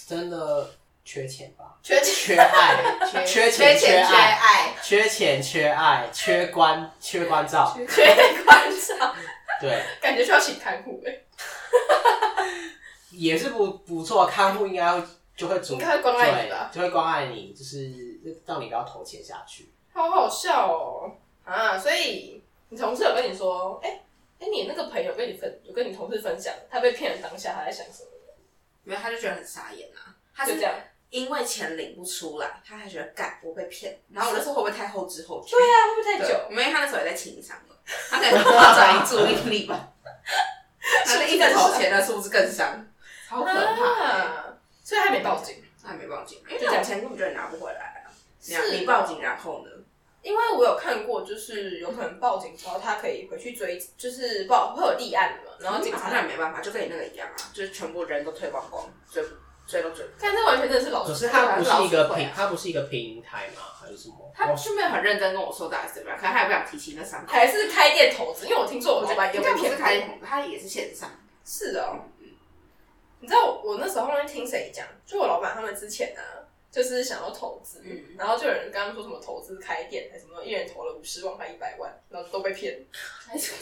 [SPEAKER 3] 真的缺钱吧？
[SPEAKER 2] 缺
[SPEAKER 3] 缺
[SPEAKER 2] 钱，
[SPEAKER 3] 爱， 缺钱
[SPEAKER 1] 钱缺
[SPEAKER 3] 爱，
[SPEAKER 1] 爱，
[SPEAKER 3] 缺钱缺爱，缺关缺关照。
[SPEAKER 2] 缺关照，
[SPEAKER 3] 对。
[SPEAKER 2] 感觉需要请看护哎、欸，
[SPEAKER 3] 也是不不错，看护应该会就会主
[SPEAKER 2] 应该会关爱你吧
[SPEAKER 3] 对就会关爱你，就是让你不要投钱下去。
[SPEAKER 2] 好好笑哦啊！所以你同事有跟你说，哎、哎、你那个朋友跟你分，有跟你同事分享他被骗的当下他在想什么？
[SPEAKER 1] 没有他就觉得很傻眼啊，他
[SPEAKER 2] 就是这样，
[SPEAKER 1] 因为钱领不出来，他还觉得干我被骗，然后我就说会不会太后知后觉？
[SPEAKER 2] 对啊，会不会太
[SPEAKER 1] 对
[SPEAKER 2] 久？
[SPEAKER 1] 因为他那时候也在情商了，他可能要转移注意力 吧。他那一个投钱的是不是更伤？超可怕欸！
[SPEAKER 2] 啊！所以还没报警，
[SPEAKER 1] 那还没报警，因为那种钱根本就拿不回来啊。你
[SPEAKER 2] 是
[SPEAKER 1] 你报警，然后呢？
[SPEAKER 2] 因为我有看过，就是有可能报警之后，他可以回去追，就是报会有立案嘛，然后警察
[SPEAKER 1] 好像也没办法，就跟你那个一样啊，就是全部人都退光光，追不追都追不。
[SPEAKER 2] 但这完全真的哦是老
[SPEAKER 3] 可
[SPEAKER 2] 师，
[SPEAKER 3] 是它不是一个
[SPEAKER 1] 老鼠会
[SPEAKER 3] 平
[SPEAKER 1] 啊，
[SPEAKER 3] 它不是一个平台吗？还是什么？
[SPEAKER 1] 他
[SPEAKER 3] 我
[SPEAKER 1] 就没有很认真跟我说到底是怎么样，可能他也不想提起那伤口。
[SPEAKER 2] 还是开店投资，因为我听说我老板也
[SPEAKER 1] 应
[SPEAKER 2] 被
[SPEAKER 1] 该不
[SPEAKER 2] 骗
[SPEAKER 1] 是
[SPEAKER 2] 过
[SPEAKER 1] 开红，他也是线上。
[SPEAKER 2] 是哦，你知道我我那时候好像听谁讲，就我老板他们之前啊，就是想要投资，
[SPEAKER 1] 嗯
[SPEAKER 2] 然后就有人刚刚说什么投资开店还是什么，一人投了五十万还一百万，然后都被骗。
[SPEAKER 1] 开什 么？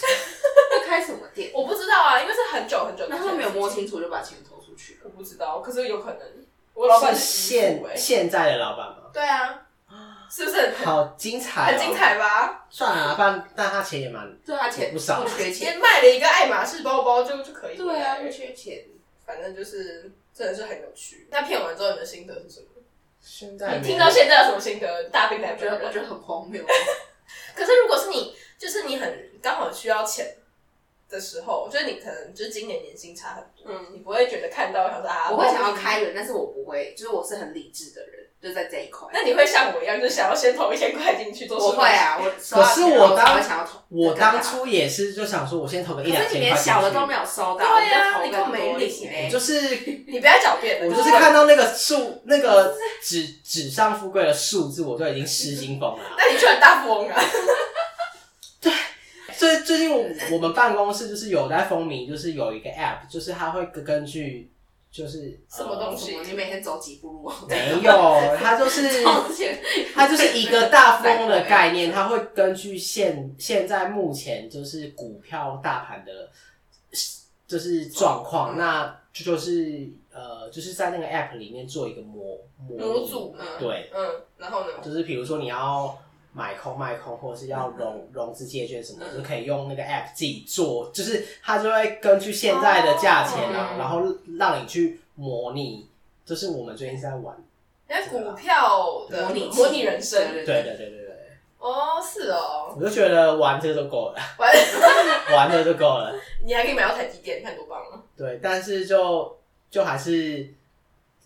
[SPEAKER 1] 开什么店？
[SPEAKER 2] 我不知道啊，因为是很久很久之
[SPEAKER 1] 那
[SPEAKER 2] 前的事情，
[SPEAKER 1] 他们没有摸清楚就把钱投出去了。
[SPEAKER 2] 我不知道，可是有可能
[SPEAKER 1] 哦
[SPEAKER 2] 我老板
[SPEAKER 3] 是
[SPEAKER 2] 是遗
[SPEAKER 3] 现
[SPEAKER 2] 嘱哎，
[SPEAKER 3] 现在的老板吗？
[SPEAKER 2] 对啊，是不是很
[SPEAKER 3] 好精
[SPEAKER 1] 啊
[SPEAKER 3] 彩、哦
[SPEAKER 2] 很精。彩吧？
[SPEAKER 3] 算了、啊，不然但他钱也蛮
[SPEAKER 1] 对啊，钱
[SPEAKER 3] 不少
[SPEAKER 1] 不缺 钱。
[SPEAKER 2] 先卖了一个爱马仕包包就就可以了，
[SPEAKER 1] 对啊，不缺钱。
[SPEAKER 2] 反正就是真的是很有趣。那骗完之后你的心得是什么？
[SPEAKER 3] 现在
[SPEAKER 2] 你
[SPEAKER 3] 没
[SPEAKER 2] 听到现在有什么心得？大病
[SPEAKER 1] 我
[SPEAKER 2] 在
[SPEAKER 1] 觉得我觉
[SPEAKER 2] 人。
[SPEAKER 1] 得很荒谬。
[SPEAKER 2] 可是如果是你，就是你很刚好需要钱的时候，就是你可能就是今年年薪差很多，
[SPEAKER 1] 嗯
[SPEAKER 2] 你不会觉得看到想说啊，
[SPEAKER 1] 我会想要开源，但是我不会，就是我是很理智的人，就在这一块。
[SPEAKER 2] 那你会像我一样，就是想要先投一千块进去做？
[SPEAKER 1] 我会，啊，我收
[SPEAKER 3] 可
[SPEAKER 1] 到
[SPEAKER 3] 是
[SPEAKER 1] 钱
[SPEAKER 3] 我
[SPEAKER 1] 我才
[SPEAKER 3] 当
[SPEAKER 1] 会想要投。
[SPEAKER 3] 我当初也是就想说，我先投个
[SPEAKER 1] 可
[SPEAKER 3] 一两
[SPEAKER 1] 是你
[SPEAKER 3] 千块
[SPEAKER 1] 连
[SPEAKER 3] 进去
[SPEAKER 1] 小的都没有收到，
[SPEAKER 2] 对啊
[SPEAKER 1] 你就投更
[SPEAKER 2] 你根本
[SPEAKER 1] 多
[SPEAKER 2] 没领
[SPEAKER 1] 一些
[SPEAKER 2] 欸
[SPEAKER 3] 我就是
[SPEAKER 2] 你不要狡辩了。
[SPEAKER 3] 我就是
[SPEAKER 2] 会
[SPEAKER 3] 看到那个数那个纸纸上富贵的数字，我就已经失心疯了。
[SPEAKER 2] 那你就很大富翁啊！
[SPEAKER 3] 最最近我我们办公室就是有在风靡，就是有一个 app，就是它会根据就是
[SPEAKER 2] 什么东西
[SPEAKER 1] 呃什么你每天走几步路？啊
[SPEAKER 3] 呃没有，它就 是
[SPEAKER 1] 超前，
[SPEAKER 3] 它就是一个大富翁的概念，它会根据现现在目前就是股票大盘的，就是状况，
[SPEAKER 1] 嗯
[SPEAKER 3] 那就就是呃，就是在那个 app 里面做一个模模拟
[SPEAKER 2] 模组嘛，
[SPEAKER 3] 对。
[SPEAKER 2] 嗯，然后呢？
[SPEAKER 3] 就是比如说你要买空卖空，或者是要融融资借券什么的，就可以用那个 app 自己做，就是它就会根据现在的价钱啊，
[SPEAKER 2] 哦
[SPEAKER 3] 然后让你去模拟。就是我们最近在玩，
[SPEAKER 2] 因为股票的
[SPEAKER 1] 模拟器
[SPEAKER 2] 模拟人生
[SPEAKER 1] 对
[SPEAKER 3] 对对对对对，
[SPEAKER 2] 哦，是哦，
[SPEAKER 3] 我就觉得玩这个就够了，
[SPEAKER 2] 完，
[SPEAKER 3] 玩这个就够了。
[SPEAKER 2] 你还可以买到台积电，你看多棒啊！
[SPEAKER 3] 对，但是就就还是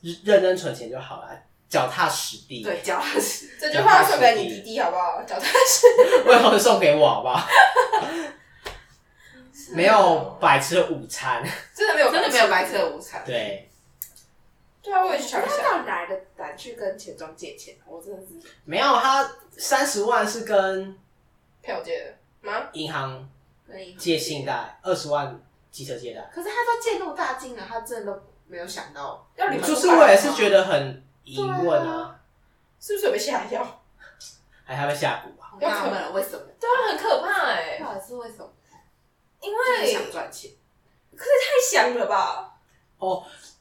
[SPEAKER 3] 认真存钱就好了，脚踏实地。
[SPEAKER 1] 对，脚踏实地。
[SPEAKER 2] 这句话送给你弟弟好不好？脚踏实
[SPEAKER 3] 为什么送给我好不好？
[SPEAKER 2] 啊
[SPEAKER 3] 没有白吃的午餐，
[SPEAKER 2] 真的没有，
[SPEAKER 1] 真的没有白色。的午餐。
[SPEAKER 3] 对。
[SPEAKER 2] 对啊，我也是想
[SPEAKER 1] 我不知
[SPEAKER 2] 想，
[SPEAKER 1] 道哪来的胆去跟钱庄借钱，我真的是
[SPEAKER 3] 没有，他三十万是跟
[SPEAKER 2] 票借的吗？
[SPEAKER 3] 银行
[SPEAKER 1] 跟银行
[SPEAKER 3] 借信贷，二十万机车借贷。
[SPEAKER 1] 可是他都借那么大金了，他真的都没有想到。
[SPEAKER 2] 要你们
[SPEAKER 3] 就是我也是觉得很疑问啊，
[SPEAKER 2] 是不是有被下药？
[SPEAKER 3] 还他会下蛊吧？
[SPEAKER 1] 我纳闷了为什么？
[SPEAKER 2] 对啊，很可怕哎
[SPEAKER 1] 到底是为什么？
[SPEAKER 2] 因
[SPEAKER 1] 就是
[SPEAKER 2] 为
[SPEAKER 1] 想赚钱。
[SPEAKER 2] 可是太香了吧？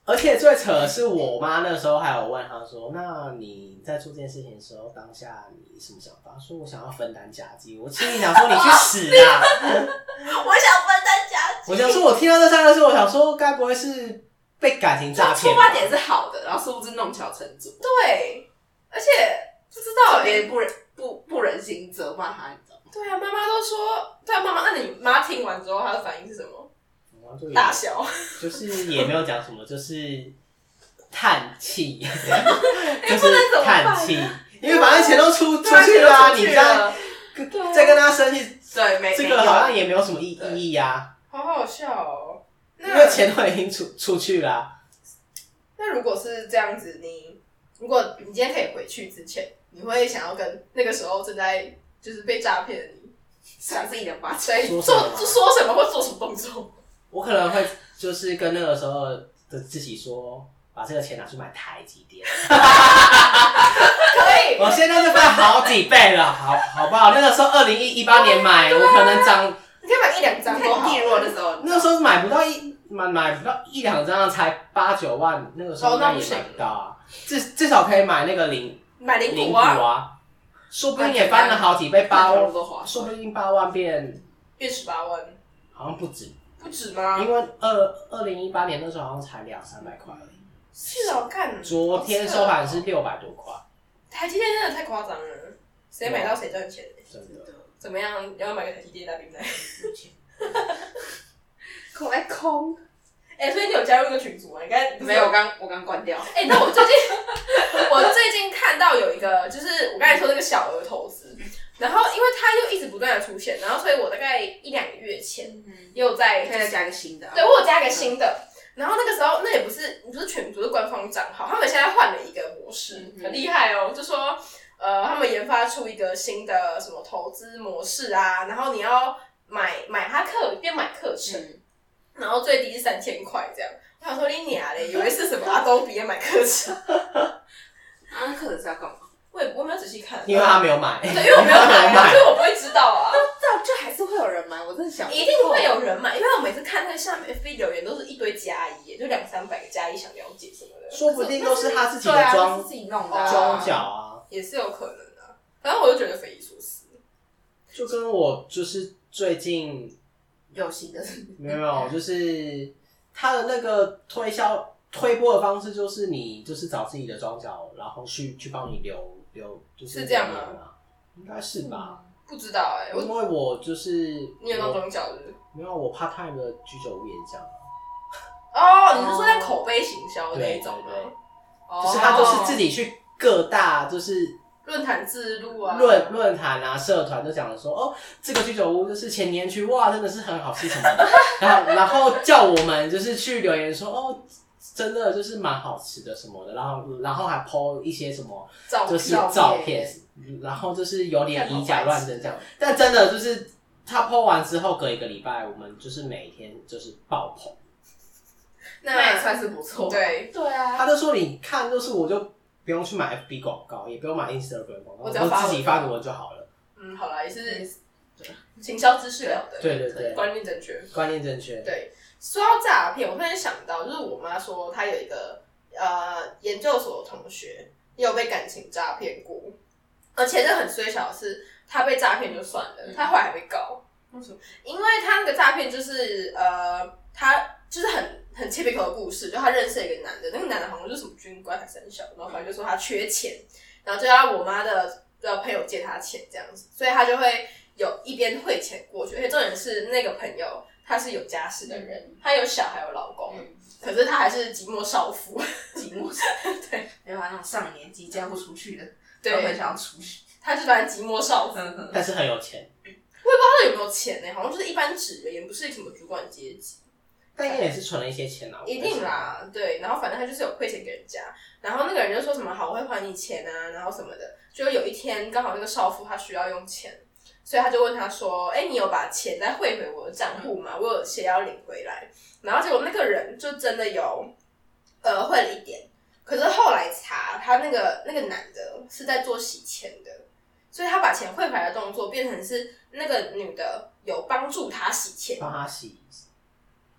[SPEAKER 3] 而且最扯的是，我妈那时候还有问他说：“那你在做这件事情的时候，当下你什么想法？”她说：“我想要分担家计。”我心里想说：“你去死啊！”
[SPEAKER 2] 我想分担家计。
[SPEAKER 3] 我想说，我听到这三个字，我想说，该不会是被感情诈
[SPEAKER 1] 出
[SPEAKER 3] 骗吧？
[SPEAKER 1] 发点是好的，然后殊不知弄巧成拙，
[SPEAKER 2] 对，而且不知道哎、
[SPEAKER 1] 连不忍不不忍心责骂他，你知道吗？
[SPEAKER 2] 对啊，妈妈都说，对啊，妈妈，那你妈听完之后，她的反应是什么？
[SPEAKER 3] 我妈就以为
[SPEAKER 2] 大笑。
[SPEAKER 3] 就是也没有讲什么，就是叹 气，就
[SPEAKER 2] 哎不能
[SPEAKER 3] 是
[SPEAKER 2] 怎么办
[SPEAKER 3] 叹
[SPEAKER 2] 啊
[SPEAKER 3] 气，因为反正钱都出出去
[SPEAKER 2] 对
[SPEAKER 3] 了啊，
[SPEAKER 2] 啊
[SPEAKER 3] 你
[SPEAKER 2] 钱都出去
[SPEAKER 3] 再
[SPEAKER 2] 了对
[SPEAKER 3] 跟
[SPEAKER 2] 啊
[SPEAKER 3] 再跟他生气，
[SPEAKER 1] 对，没
[SPEAKER 3] 这
[SPEAKER 1] 没
[SPEAKER 3] 个
[SPEAKER 1] 有
[SPEAKER 3] 好像也没有什么意
[SPEAKER 2] 对
[SPEAKER 3] 意义啊，
[SPEAKER 2] 好好笑哦。
[SPEAKER 3] 因
[SPEAKER 2] 那
[SPEAKER 3] 为钱都已经出出去了啊。
[SPEAKER 2] 那如果是这样子，你如果你今天可以回去之前，你会想要跟那个时候正在就是被诈骗的你，
[SPEAKER 1] 想自己的八
[SPEAKER 2] 所以
[SPEAKER 3] 说
[SPEAKER 2] 做
[SPEAKER 3] 什
[SPEAKER 2] 做
[SPEAKER 3] 么
[SPEAKER 2] 说什么或做什么动作？
[SPEAKER 3] 我可能会就是跟那个时候的自己说，把这个钱拿去买台 积电，
[SPEAKER 2] 可以，
[SPEAKER 3] 我现在就翻好几倍了，好好不好？那个时候二零一一八年
[SPEAKER 2] 啊
[SPEAKER 3] 买，我可能涨，
[SPEAKER 2] 你可以买一两 张多
[SPEAKER 1] 看
[SPEAKER 2] 好
[SPEAKER 1] 地。弱的时候，
[SPEAKER 3] 那时候买不到一买买不到一两张才八九万，那个时候
[SPEAKER 2] 哦
[SPEAKER 3] 应
[SPEAKER 2] 那
[SPEAKER 3] 该
[SPEAKER 2] 不
[SPEAKER 3] 也买
[SPEAKER 2] 行
[SPEAKER 3] 不到啊，至至少可以买那个零
[SPEAKER 2] 买
[SPEAKER 3] 零
[SPEAKER 2] 零
[SPEAKER 3] 股
[SPEAKER 2] 股啊，
[SPEAKER 3] 啊，说不定也翻了好几倍，八
[SPEAKER 1] 那
[SPEAKER 3] 万
[SPEAKER 1] 么，多划
[SPEAKER 3] 说
[SPEAKER 1] 算。
[SPEAKER 3] 不定八万变
[SPEAKER 2] 月十八万，
[SPEAKER 3] 好像不止，
[SPEAKER 2] 不止吗？
[SPEAKER 3] 因为二二零一八年那时候好像才两三百块而已，
[SPEAKER 2] 是哦，看
[SPEAKER 3] 昨天收盘是六百多块，
[SPEAKER 2] 台积电真的太夸张了，谁买到谁赚钱、
[SPEAKER 3] 真的。
[SPEAKER 2] 怎么样？要不要买个台积电大冰袋？
[SPEAKER 1] 空哎空，
[SPEAKER 2] 哎、所以你有加入那个群组吗？应该
[SPEAKER 1] 没有，我。刚我刚关掉。
[SPEAKER 2] 哎、那我最近我最近看到有一个，就是我刚才说那个小额投资，然后因为它又一直不断的出现，然后所以我大概一两个月前
[SPEAKER 1] 嗯，
[SPEAKER 2] 又在
[SPEAKER 1] 现在加个新的啊。
[SPEAKER 2] 对我有加一个新的，然后那个时候那也不是不是群主是官方账号，他们现在换了一个模式
[SPEAKER 1] 嗯，哼
[SPEAKER 2] 很厉害哦，就说呃他们研发出一个新的什么投资模式啊，然后你要买买他课边买课程，
[SPEAKER 1] 嗯，
[SPEAKER 2] 然后最低是三千块这样。我想说你娘嘞，以为是什么阿东比买课程，
[SPEAKER 1] 啊，课程是要干嘛？
[SPEAKER 2] 我也我没有仔细看，
[SPEAKER 3] 因为他没有买，
[SPEAKER 2] 对，因为我没有买
[SPEAKER 3] 他没有
[SPEAKER 2] 啊，所以我不会知道啊。
[SPEAKER 1] 但就还是会有人买，我真的想
[SPEAKER 2] 一定会有人买，因为我每次看那个下面 FB 留言都是一堆加一，就两三百个加一想了解什么的，
[SPEAKER 3] 说不定都是他自己
[SPEAKER 1] 对
[SPEAKER 3] 的
[SPEAKER 1] 啊，
[SPEAKER 3] 装
[SPEAKER 1] 是自己弄的啊
[SPEAKER 3] 装脚啊。
[SPEAKER 2] 也是有可能的、啊。反正我就觉得匪夷所思。
[SPEAKER 3] 就跟我就是最近
[SPEAKER 1] 有新的，
[SPEAKER 3] 没有，就是他的那个推销推波的方式就是你就是找自己的庄脚，然后去去帮你留留，就是
[SPEAKER 2] 是这样吗
[SPEAKER 3] 留言啊？应该是吧，
[SPEAKER 2] 不知道哎、我
[SPEAKER 3] 因为我就是
[SPEAKER 2] 你有那
[SPEAKER 3] 我
[SPEAKER 2] 种角日
[SPEAKER 3] 没有我 part time 的居酒屋也这样，
[SPEAKER 2] 哦，你是说在口碑行销那
[SPEAKER 3] 对
[SPEAKER 2] 一
[SPEAKER 3] 对
[SPEAKER 2] 种吗？
[SPEAKER 3] 对，
[SPEAKER 2] 哦
[SPEAKER 3] 就是他都是自己去各大就是
[SPEAKER 2] 论坛自录啊，
[SPEAKER 3] 论论坛啊、社团都讲说，哦，这个居酒屋就是前年去，哇，真的是很好吃什么的。然后然后叫我们就是去留言说，哦，真的就是蛮好吃的什么的。然后然后还 po 一些什么，
[SPEAKER 2] 照片
[SPEAKER 3] 就是照片，然后就是有点以假乱真这
[SPEAKER 1] 看
[SPEAKER 3] 样
[SPEAKER 1] 好。
[SPEAKER 3] 但真的就是他 po 完之后，隔一个礼拜，我们就是每天就是爆棚。
[SPEAKER 1] 那也算是不错。，
[SPEAKER 2] 对
[SPEAKER 1] 对啊，
[SPEAKER 3] 他就说，你看，就是我就不用去买 FB 广告，也不用买 Instagram 广告，
[SPEAKER 2] 我
[SPEAKER 3] 我
[SPEAKER 2] 只要
[SPEAKER 3] 就
[SPEAKER 2] 发
[SPEAKER 3] 自己
[SPEAKER 2] 文
[SPEAKER 3] 发文就好了。
[SPEAKER 2] 嗯，好啦，也是行销知识了的，
[SPEAKER 3] 对对对，
[SPEAKER 2] 观念正确。
[SPEAKER 3] 观念正确。
[SPEAKER 2] 对，说到诈骗，我突然想到，就是我妈说她有一个呃研究所的同学也有被感情诈骗过，而且这很虽小的是，她被诈骗就算了，
[SPEAKER 1] 嗯
[SPEAKER 2] 她后来还被告。
[SPEAKER 1] 为什么？
[SPEAKER 2] 因为她那个诈骗就是呃，她就是很很 typical 的故事，就她认识了一个男的，那个男的好像就是什么军官还是很小，然后反正就说他缺钱，然后就要我妈的的朋友借他钱这样子，所以他就会有一边汇钱过去，而且重点是那个朋友他是有家室的人，他有小孩有老公，
[SPEAKER 1] 嗯
[SPEAKER 2] 可是他还是寂寞少妇，
[SPEAKER 1] 寂寞死。
[SPEAKER 2] 对，
[SPEAKER 1] 没有啊那种上年纪嫁不出去的，
[SPEAKER 2] 对
[SPEAKER 1] 都很想要出去。
[SPEAKER 2] 他是反正寂寞少妇，
[SPEAKER 1] 嗯哼
[SPEAKER 3] 但是很有钱，
[SPEAKER 2] 他有没有钱呢、好像就是一般职员，也不是什么主管阶级，
[SPEAKER 3] 但应该也是存了一些钱啊啦。我
[SPEAKER 2] 一
[SPEAKER 3] 在
[SPEAKER 2] 定啊
[SPEAKER 3] 想。
[SPEAKER 2] 啦，对。然后反正他就是有亏钱给人家，然后那个人就说什么好，我会还你钱啊，然后什么的。就有一天刚好那个少妇她需要用钱，所以他就问他说：“哎、你有把钱再汇回我的账户吗？我有些要领回来。”然后结果那个人就真的有，呃，汇了一点。可是后来查，他那个那个男的是在做洗钱的，所以他把钱汇回来的动作变成是那个女的有帮助他洗钱，
[SPEAKER 3] 帮他洗，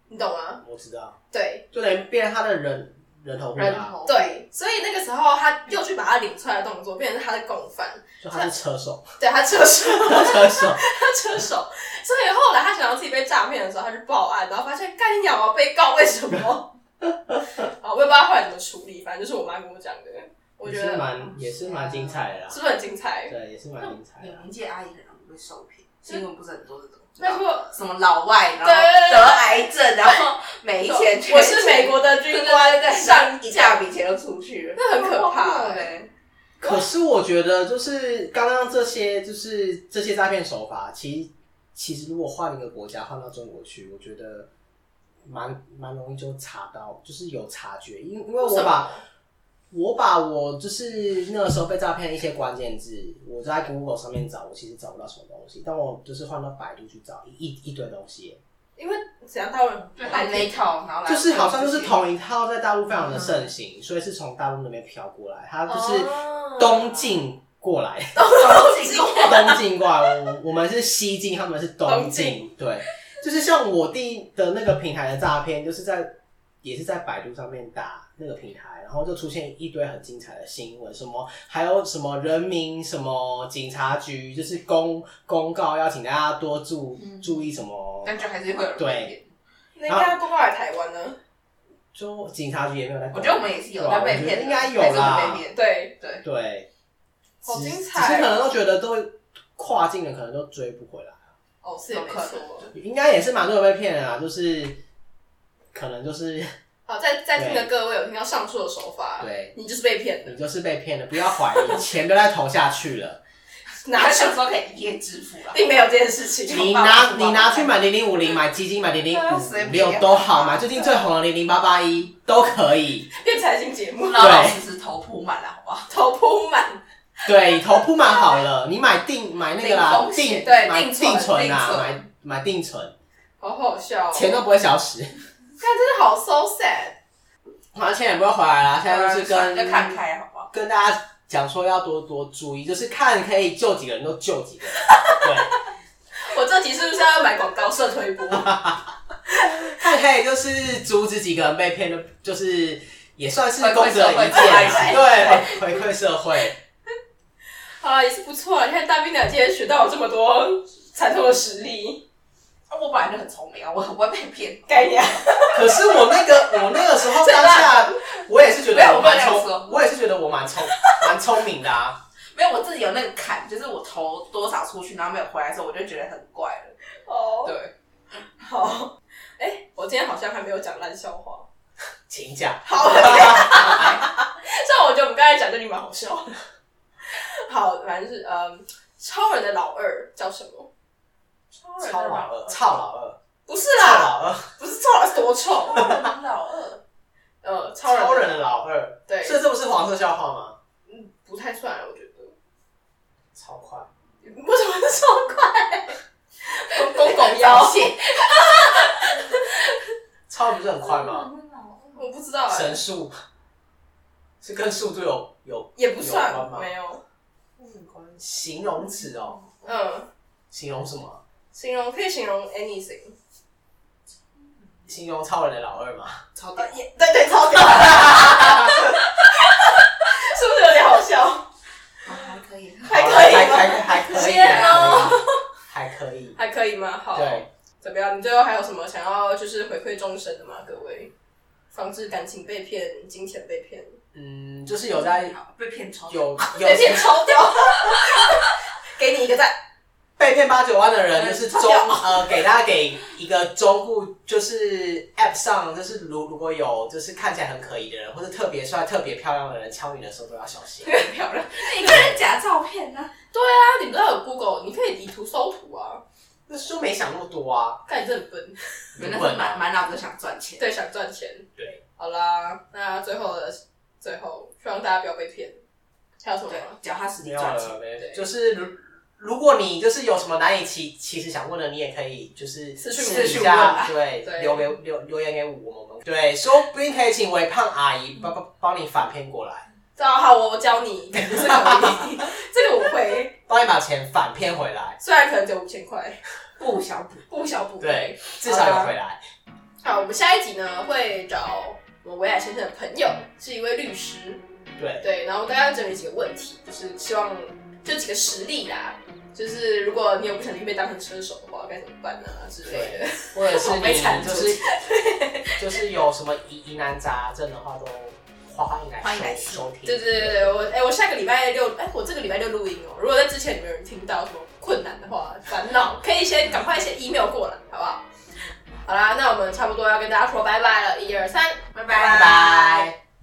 [SPEAKER 2] 你懂吗？
[SPEAKER 3] 我知道，
[SPEAKER 2] 对，
[SPEAKER 3] 就等于变成他的人人头户
[SPEAKER 1] 人
[SPEAKER 3] 啦，
[SPEAKER 1] 头，
[SPEAKER 2] 对，所以那个时候他又去把他领出来的动作，变成他的共犯，
[SPEAKER 3] 就他是车手，
[SPEAKER 2] 对他车手，
[SPEAKER 3] 车手，
[SPEAKER 2] 他车手。所以后来他想到自己被诈骗的时候，他就报案，然后发现干你鸟啊，被告为什么？ 啊，我也不知道后来怎么处理，反正就是我妈跟我讲的，我
[SPEAKER 3] 也
[SPEAKER 2] 觉
[SPEAKER 3] 是
[SPEAKER 2] 得嗯
[SPEAKER 3] 蛮也是蛮精彩的啦啊
[SPEAKER 2] 是，不是很精彩？
[SPEAKER 3] 对，也是蛮精
[SPEAKER 2] 啊
[SPEAKER 3] 彩
[SPEAKER 1] 有
[SPEAKER 3] 的啊啦。
[SPEAKER 1] 冥界阿姨很容易被受骗，新闻不是很多这种。
[SPEAKER 2] 那如果
[SPEAKER 1] 什么老外，然后
[SPEAKER 2] 对对对对
[SPEAKER 1] 得癌症，然后没钱缺钱，
[SPEAKER 2] 我是美国的军官
[SPEAKER 1] 在
[SPEAKER 2] 上
[SPEAKER 1] 上一大笔钱就出去了，
[SPEAKER 2] 那很可怕
[SPEAKER 1] 对，
[SPEAKER 2] 欸
[SPEAKER 3] 可是我觉得，就是刚刚这些，就是这些诈骗手法，其实其实如果换一个国家，换到中国去，我觉得蛮蛮容易就查到，就是有察觉，因因为我把我把我就是那个时候被诈骗的一些关键字，我在 Google 上面找，我其实找不到什么东西，但我就是换到百度去找一一一堆东西，
[SPEAKER 2] 因为只要他们
[SPEAKER 1] 对，还那一套，然后来
[SPEAKER 3] 就是好像就是同一套在大陆非常的盛行，所以是从大陆那边飘过来，它就是
[SPEAKER 2] 哦
[SPEAKER 3] 东进过来，
[SPEAKER 1] 东 京
[SPEAKER 3] 东进过来，我我们是西进，他们是东
[SPEAKER 2] 东进
[SPEAKER 3] 进，对，就是像我弟的那个平台的诈骗，就是在也是在百度上面打那个平台，然后就出现一堆很精彩的新闻，什么还有什么人民什么警察局，就是公公告要请大家多注
[SPEAKER 1] 嗯
[SPEAKER 3] 注意什么，
[SPEAKER 1] 感觉还是会有人
[SPEAKER 3] 对
[SPEAKER 2] 那应该要公告来台湾呢？
[SPEAKER 3] 就警察局也没有在管，
[SPEAKER 1] 骗，我觉得我们也是有
[SPEAKER 3] 对啊
[SPEAKER 1] 在被
[SPEAKER 3] 我觉得
[SPEAKER 1] 骗，
[SPEAKER 3] 应该有
[SPEAKER 1] 还是我们
[SPEAKER 3] 啦
[SPEAKER 1] 被，骗，
[SPEAKER 2] 对，
[SPEAKER 1] 对，
[SPEAKER 3] 对，
[SPEAKER 2] 好
[SPEAKER 3] 只
[SPEAKER 2] 精
[SPEAKER 3] 只
[SPEAKER 2] 彩
[SPEAKER 3] 是可
[SPEAKER 2] 哦
[SPEAKER 3] 能都觉得都跨境了，可能都追不回来。
[SPEAKER 2] 哦，是
[SPEAKER 1] 是
[SPEAKER 2] 也
[SPEAKER 1] 有
[SPEAKER 2] 没
[SPEAKER 1] 可能
[SPEAKER 2] 错。
[SPEAKER 1] 的。
[SPEAKER 3] 应该也是蛮多人被骗的啦，就是可能就是
[SPEAKER 2] 好，在在听的各位有听到上述的手法，
[SPEAKER 3] 对
[SPEAKER 2] 你就是被骗的，
[SPEAKER 3] 你就是被骗了，不要怀疑，钱都在投下去了，
[SPEAKER 2] 拿
[SPEAKER 1] 他
[SPEAKER 2] 去
[SPEAKER 1] 小时候可以一夜致富啦，
[SPEAKER 2] 并没有这件事情。
[SPEAKER 3] 你拿你拿去买零零五零，买基金买零零
[SPEAKER 1] 随
[SPEAKER 3] 五
[SPEAKER 1] 便
[SPEAKER 3] 六都好，买最近最红的零零八八一都可以，
[SPEAKER 2] 变财经节目，
[SPEAKER 1] 老老实实头铺满了，好不好？
[SPEAKER 2] 头铺满，
[SPEAKER 3] 对，投铺满好了，你买定买那个啦
[SPEAKER 1] 定，风险
[SPEAKER 3] 定
[SPEAKER 2] 对
[SPEAKER 3] 买
[SPEAKER 2] 定存
[SPEAKER 3] 定存
[SPEAKER 1] 定
[SPEAKER 3] 啊，买
[SPEAKER 1] 存
[SPEAKER 3] 买定存，
[SPEAKER 2] 好好笑哦。
[SPEAKER 3] 钱都不会消失，
[SPEAKER 2] 看真的好 so sad。
[SPEAKER 3] 好像钱也不会回来啦，现在就是跟
[SPEAKER 1] 就看开，好不好？
[SPEAKER 3] 跟大家讲说要多多注意，就是看可以救几个人都救几个 人，对。
[SPEAKER 2] 我这集是不是要买广告社推播？
[SPEAKER 3] 看可以就是阻止几个人被骗的，就是也算是
[SPEAKER 1] 回馈
[SPEAKER 3] 功德一件，啊
[SPEAKER 1] 社会
[SPEAKER 3] 对，回馈社会。
[SPEAKER 2] 啊好了，也是不错了。你看大兵两今天学到我这么多惨痛的实力，
[SPEAKER 1] 我我本来就很聪明啊， 我很不会被骗。
[SPEAKER 2] 概念。
[SPEAKER 3] 可是我那个我那个时候当下，我也是觉
[SPEAKER 1] 没有
[SPEAKER 3] 得
[SPEAKER 1] 我
[SPEAKER 3] 我蛮
[SPEAKER 1] 不能这样说
[SPEAKER 3] 聪，我也是觉得我蛮聪蛮聪明的啊。
[SPEAKER 1] 没有，我自己有那个坎，就是我投多少出去，然后没有回来的时候，我就觉得很怪了。
[SPEAKER 2] 哦，
[SPEAKER 1] 对，
[SPEAKER 2] 好。哎、我今天好像还没有讲烂笑话。
[SPEAKER 3] 请讲，
[SPEAKER 2] 好，虽然我觉得我们刚才讲这里蛮好笑。 好，反正就是嗯，超人的老二叫什么？
[SPEAKER 1] 超 啊
[SPEAKER 3] 超老二，超老二，
[SPEAKER 2] 不是
[SPEAKER 3] 超
[SPEAKER 2] 啦，
[SPEAKER 3] 老二，
[SPEAKER 2] 不是超人，多臭。
[SPEAKER 1] 二，老二，
[SPEAKER 2] 呃，超人，
[SPEAKER 3] 超人的老二。
[SPEAKER 2] 对，
[SPEAKER 3] 所以这不是黄色笑话吗？
[SPEAKER 2] 嗯不太算了，我觉得。
[SPEAKER 3] 超快，
[SPEAKER 2] 为什么是超快？公公腰，
[SPEAKER 3] 超人不是很快吗？
[SPEAKER 2] 我不知道哎、
[SPEAKER 3] 神速是跟速度有有
[SPEAKER 2] 也不
[SPEAKER 3] 有
[SPEAKER 2] 算
[SPEAKER 3] 关，吗
[SPEAKER 2] 没有。
[SPEAKER 3] 形容词哦，
[SPEAKER 2] 嗯，
[SPEAKER 3] 形容什么啊？
[SPEAKER 2] 形容可以形容 anything。
[SPEAKER 3] 形容超人的老二吗？
[SPEAKER 1] 超屌
[SPEAKER 2] 呃，，也对对，超屌，是不是有点好笑？
[SPEAKER 1] 啊还可以，
[SPEAKER 2] 还可以吗
[SPEAKER 3] 还还还可以，
[SPEAKER 2] 天哦
[SPEAKER 3] 还可以，
[SPEAKER 2] 还可以吗？好，
[SPEAKER 3] 对，
[SPEAKER 2] 怎么样？你最后还有什么想要就是回馈众生的吗？各位，防止感情被骗、金钱被骗、
[SPEAKER 3] 嗯，就是有在
[SPEAKER 1] 好被骗超屌，
[SPEAKER 3] 有有
[SPEAKER 2] 被骗超屌，给你一个赞。
[SPEAKER 3] 被骗八九万的人，就是中
[SPEAKER 2] 嗯
[SPEAKER 3] 呃，给大家给一个中户，就是 App 上，就是如如果有就是看起来很可疑的人，或者特别帅、特别漂亮的人敲你的时候，都要小 心。
[SPEAKER 2] 很漂亮，
[SPEAKER 1] 你看人假照片啊呢？
[SPEAKER 2] 那你不知道有 Google，你可以以图搜图啊。
[SPEAKER 3] 那就没想那么多啊，
[SPEAKER 2] 看你真的很笨，
[SPEAKER 1] 原来是满满脑子想赚钱。
[SPEAKER 2] 对，想赚钱。
[SPEAKER 3] 对，
[SPEAKER 2] 好啦，那最后的最后，希望大家不要被骗。还有什么
[SPEAKER 1] 对
[SPEAKER 2] 吗？，
[SPEAKER 1] 脚踏实
[SPEAKER 3] 没
[SPEAKER 1] 地
[SPEAKER 3] 有
[SPEAKER 1] 赚钱。
[SPEAKER 3] 了，没有
[SPEAKER 2] 对
[SPEAKER 3] 就是如如果你就是有什么难以其其实想问的，你也可以就是
[SPEAKER 2] 私讯
[SPEAKER 3] 私
[SPEAKER 1] 我们
[SPEAKER 3] 下，对，
[SPEAKER 2] 对
[SPEAKER 3] 留给留留言给我们，对，说不定可以请微胖阿姨帮帮帮你反骗过来，
[SPEAKER 2] 这样啊好，我我教你，这个可以， 这个我会。
[SPEAKER 3] 帮你把钱反骗回来，
[SPEAKER 2] 虽然可能只有五千块，
[SPEAKER 1] 不小补，
[SPEAKER 2] 不小补。
[SPEAKER 3] 对，至少有回来。
[SPEAKER 2] 好，我们下一集呢会找我们维海先生的朋友，是一位律师，
[SPEAKER 3] 对，
[SPEAKER 2] 对，然后大家整理几个问题，就是希望就几个实例啦，就是如果你有不小心被当成车手的话，该怎么办啊之类的。
[SPEAKER 3] 或者是
[SPEAKER 2] 好悲惨
[SPEAKER 3] 你就是就是有什么疑疑难杂症的话，都欢迎来
[SPEAKER 1] 欢迎来信
[SPEAKER 3] 收收听。
[SPEAKER 2] 对对对对，我哎、我下个礼拜六，哎、我这个礼拜六录音哦。如果在之前你们有人听到什么困难的话、烦恼，可以先赶快写 email 过来，好不好？好啦，那我们差不多要跟大家说拜拜了，一二三，
[SPEAKER 1] 拜拜
[SPEAKER 3] 拜拜。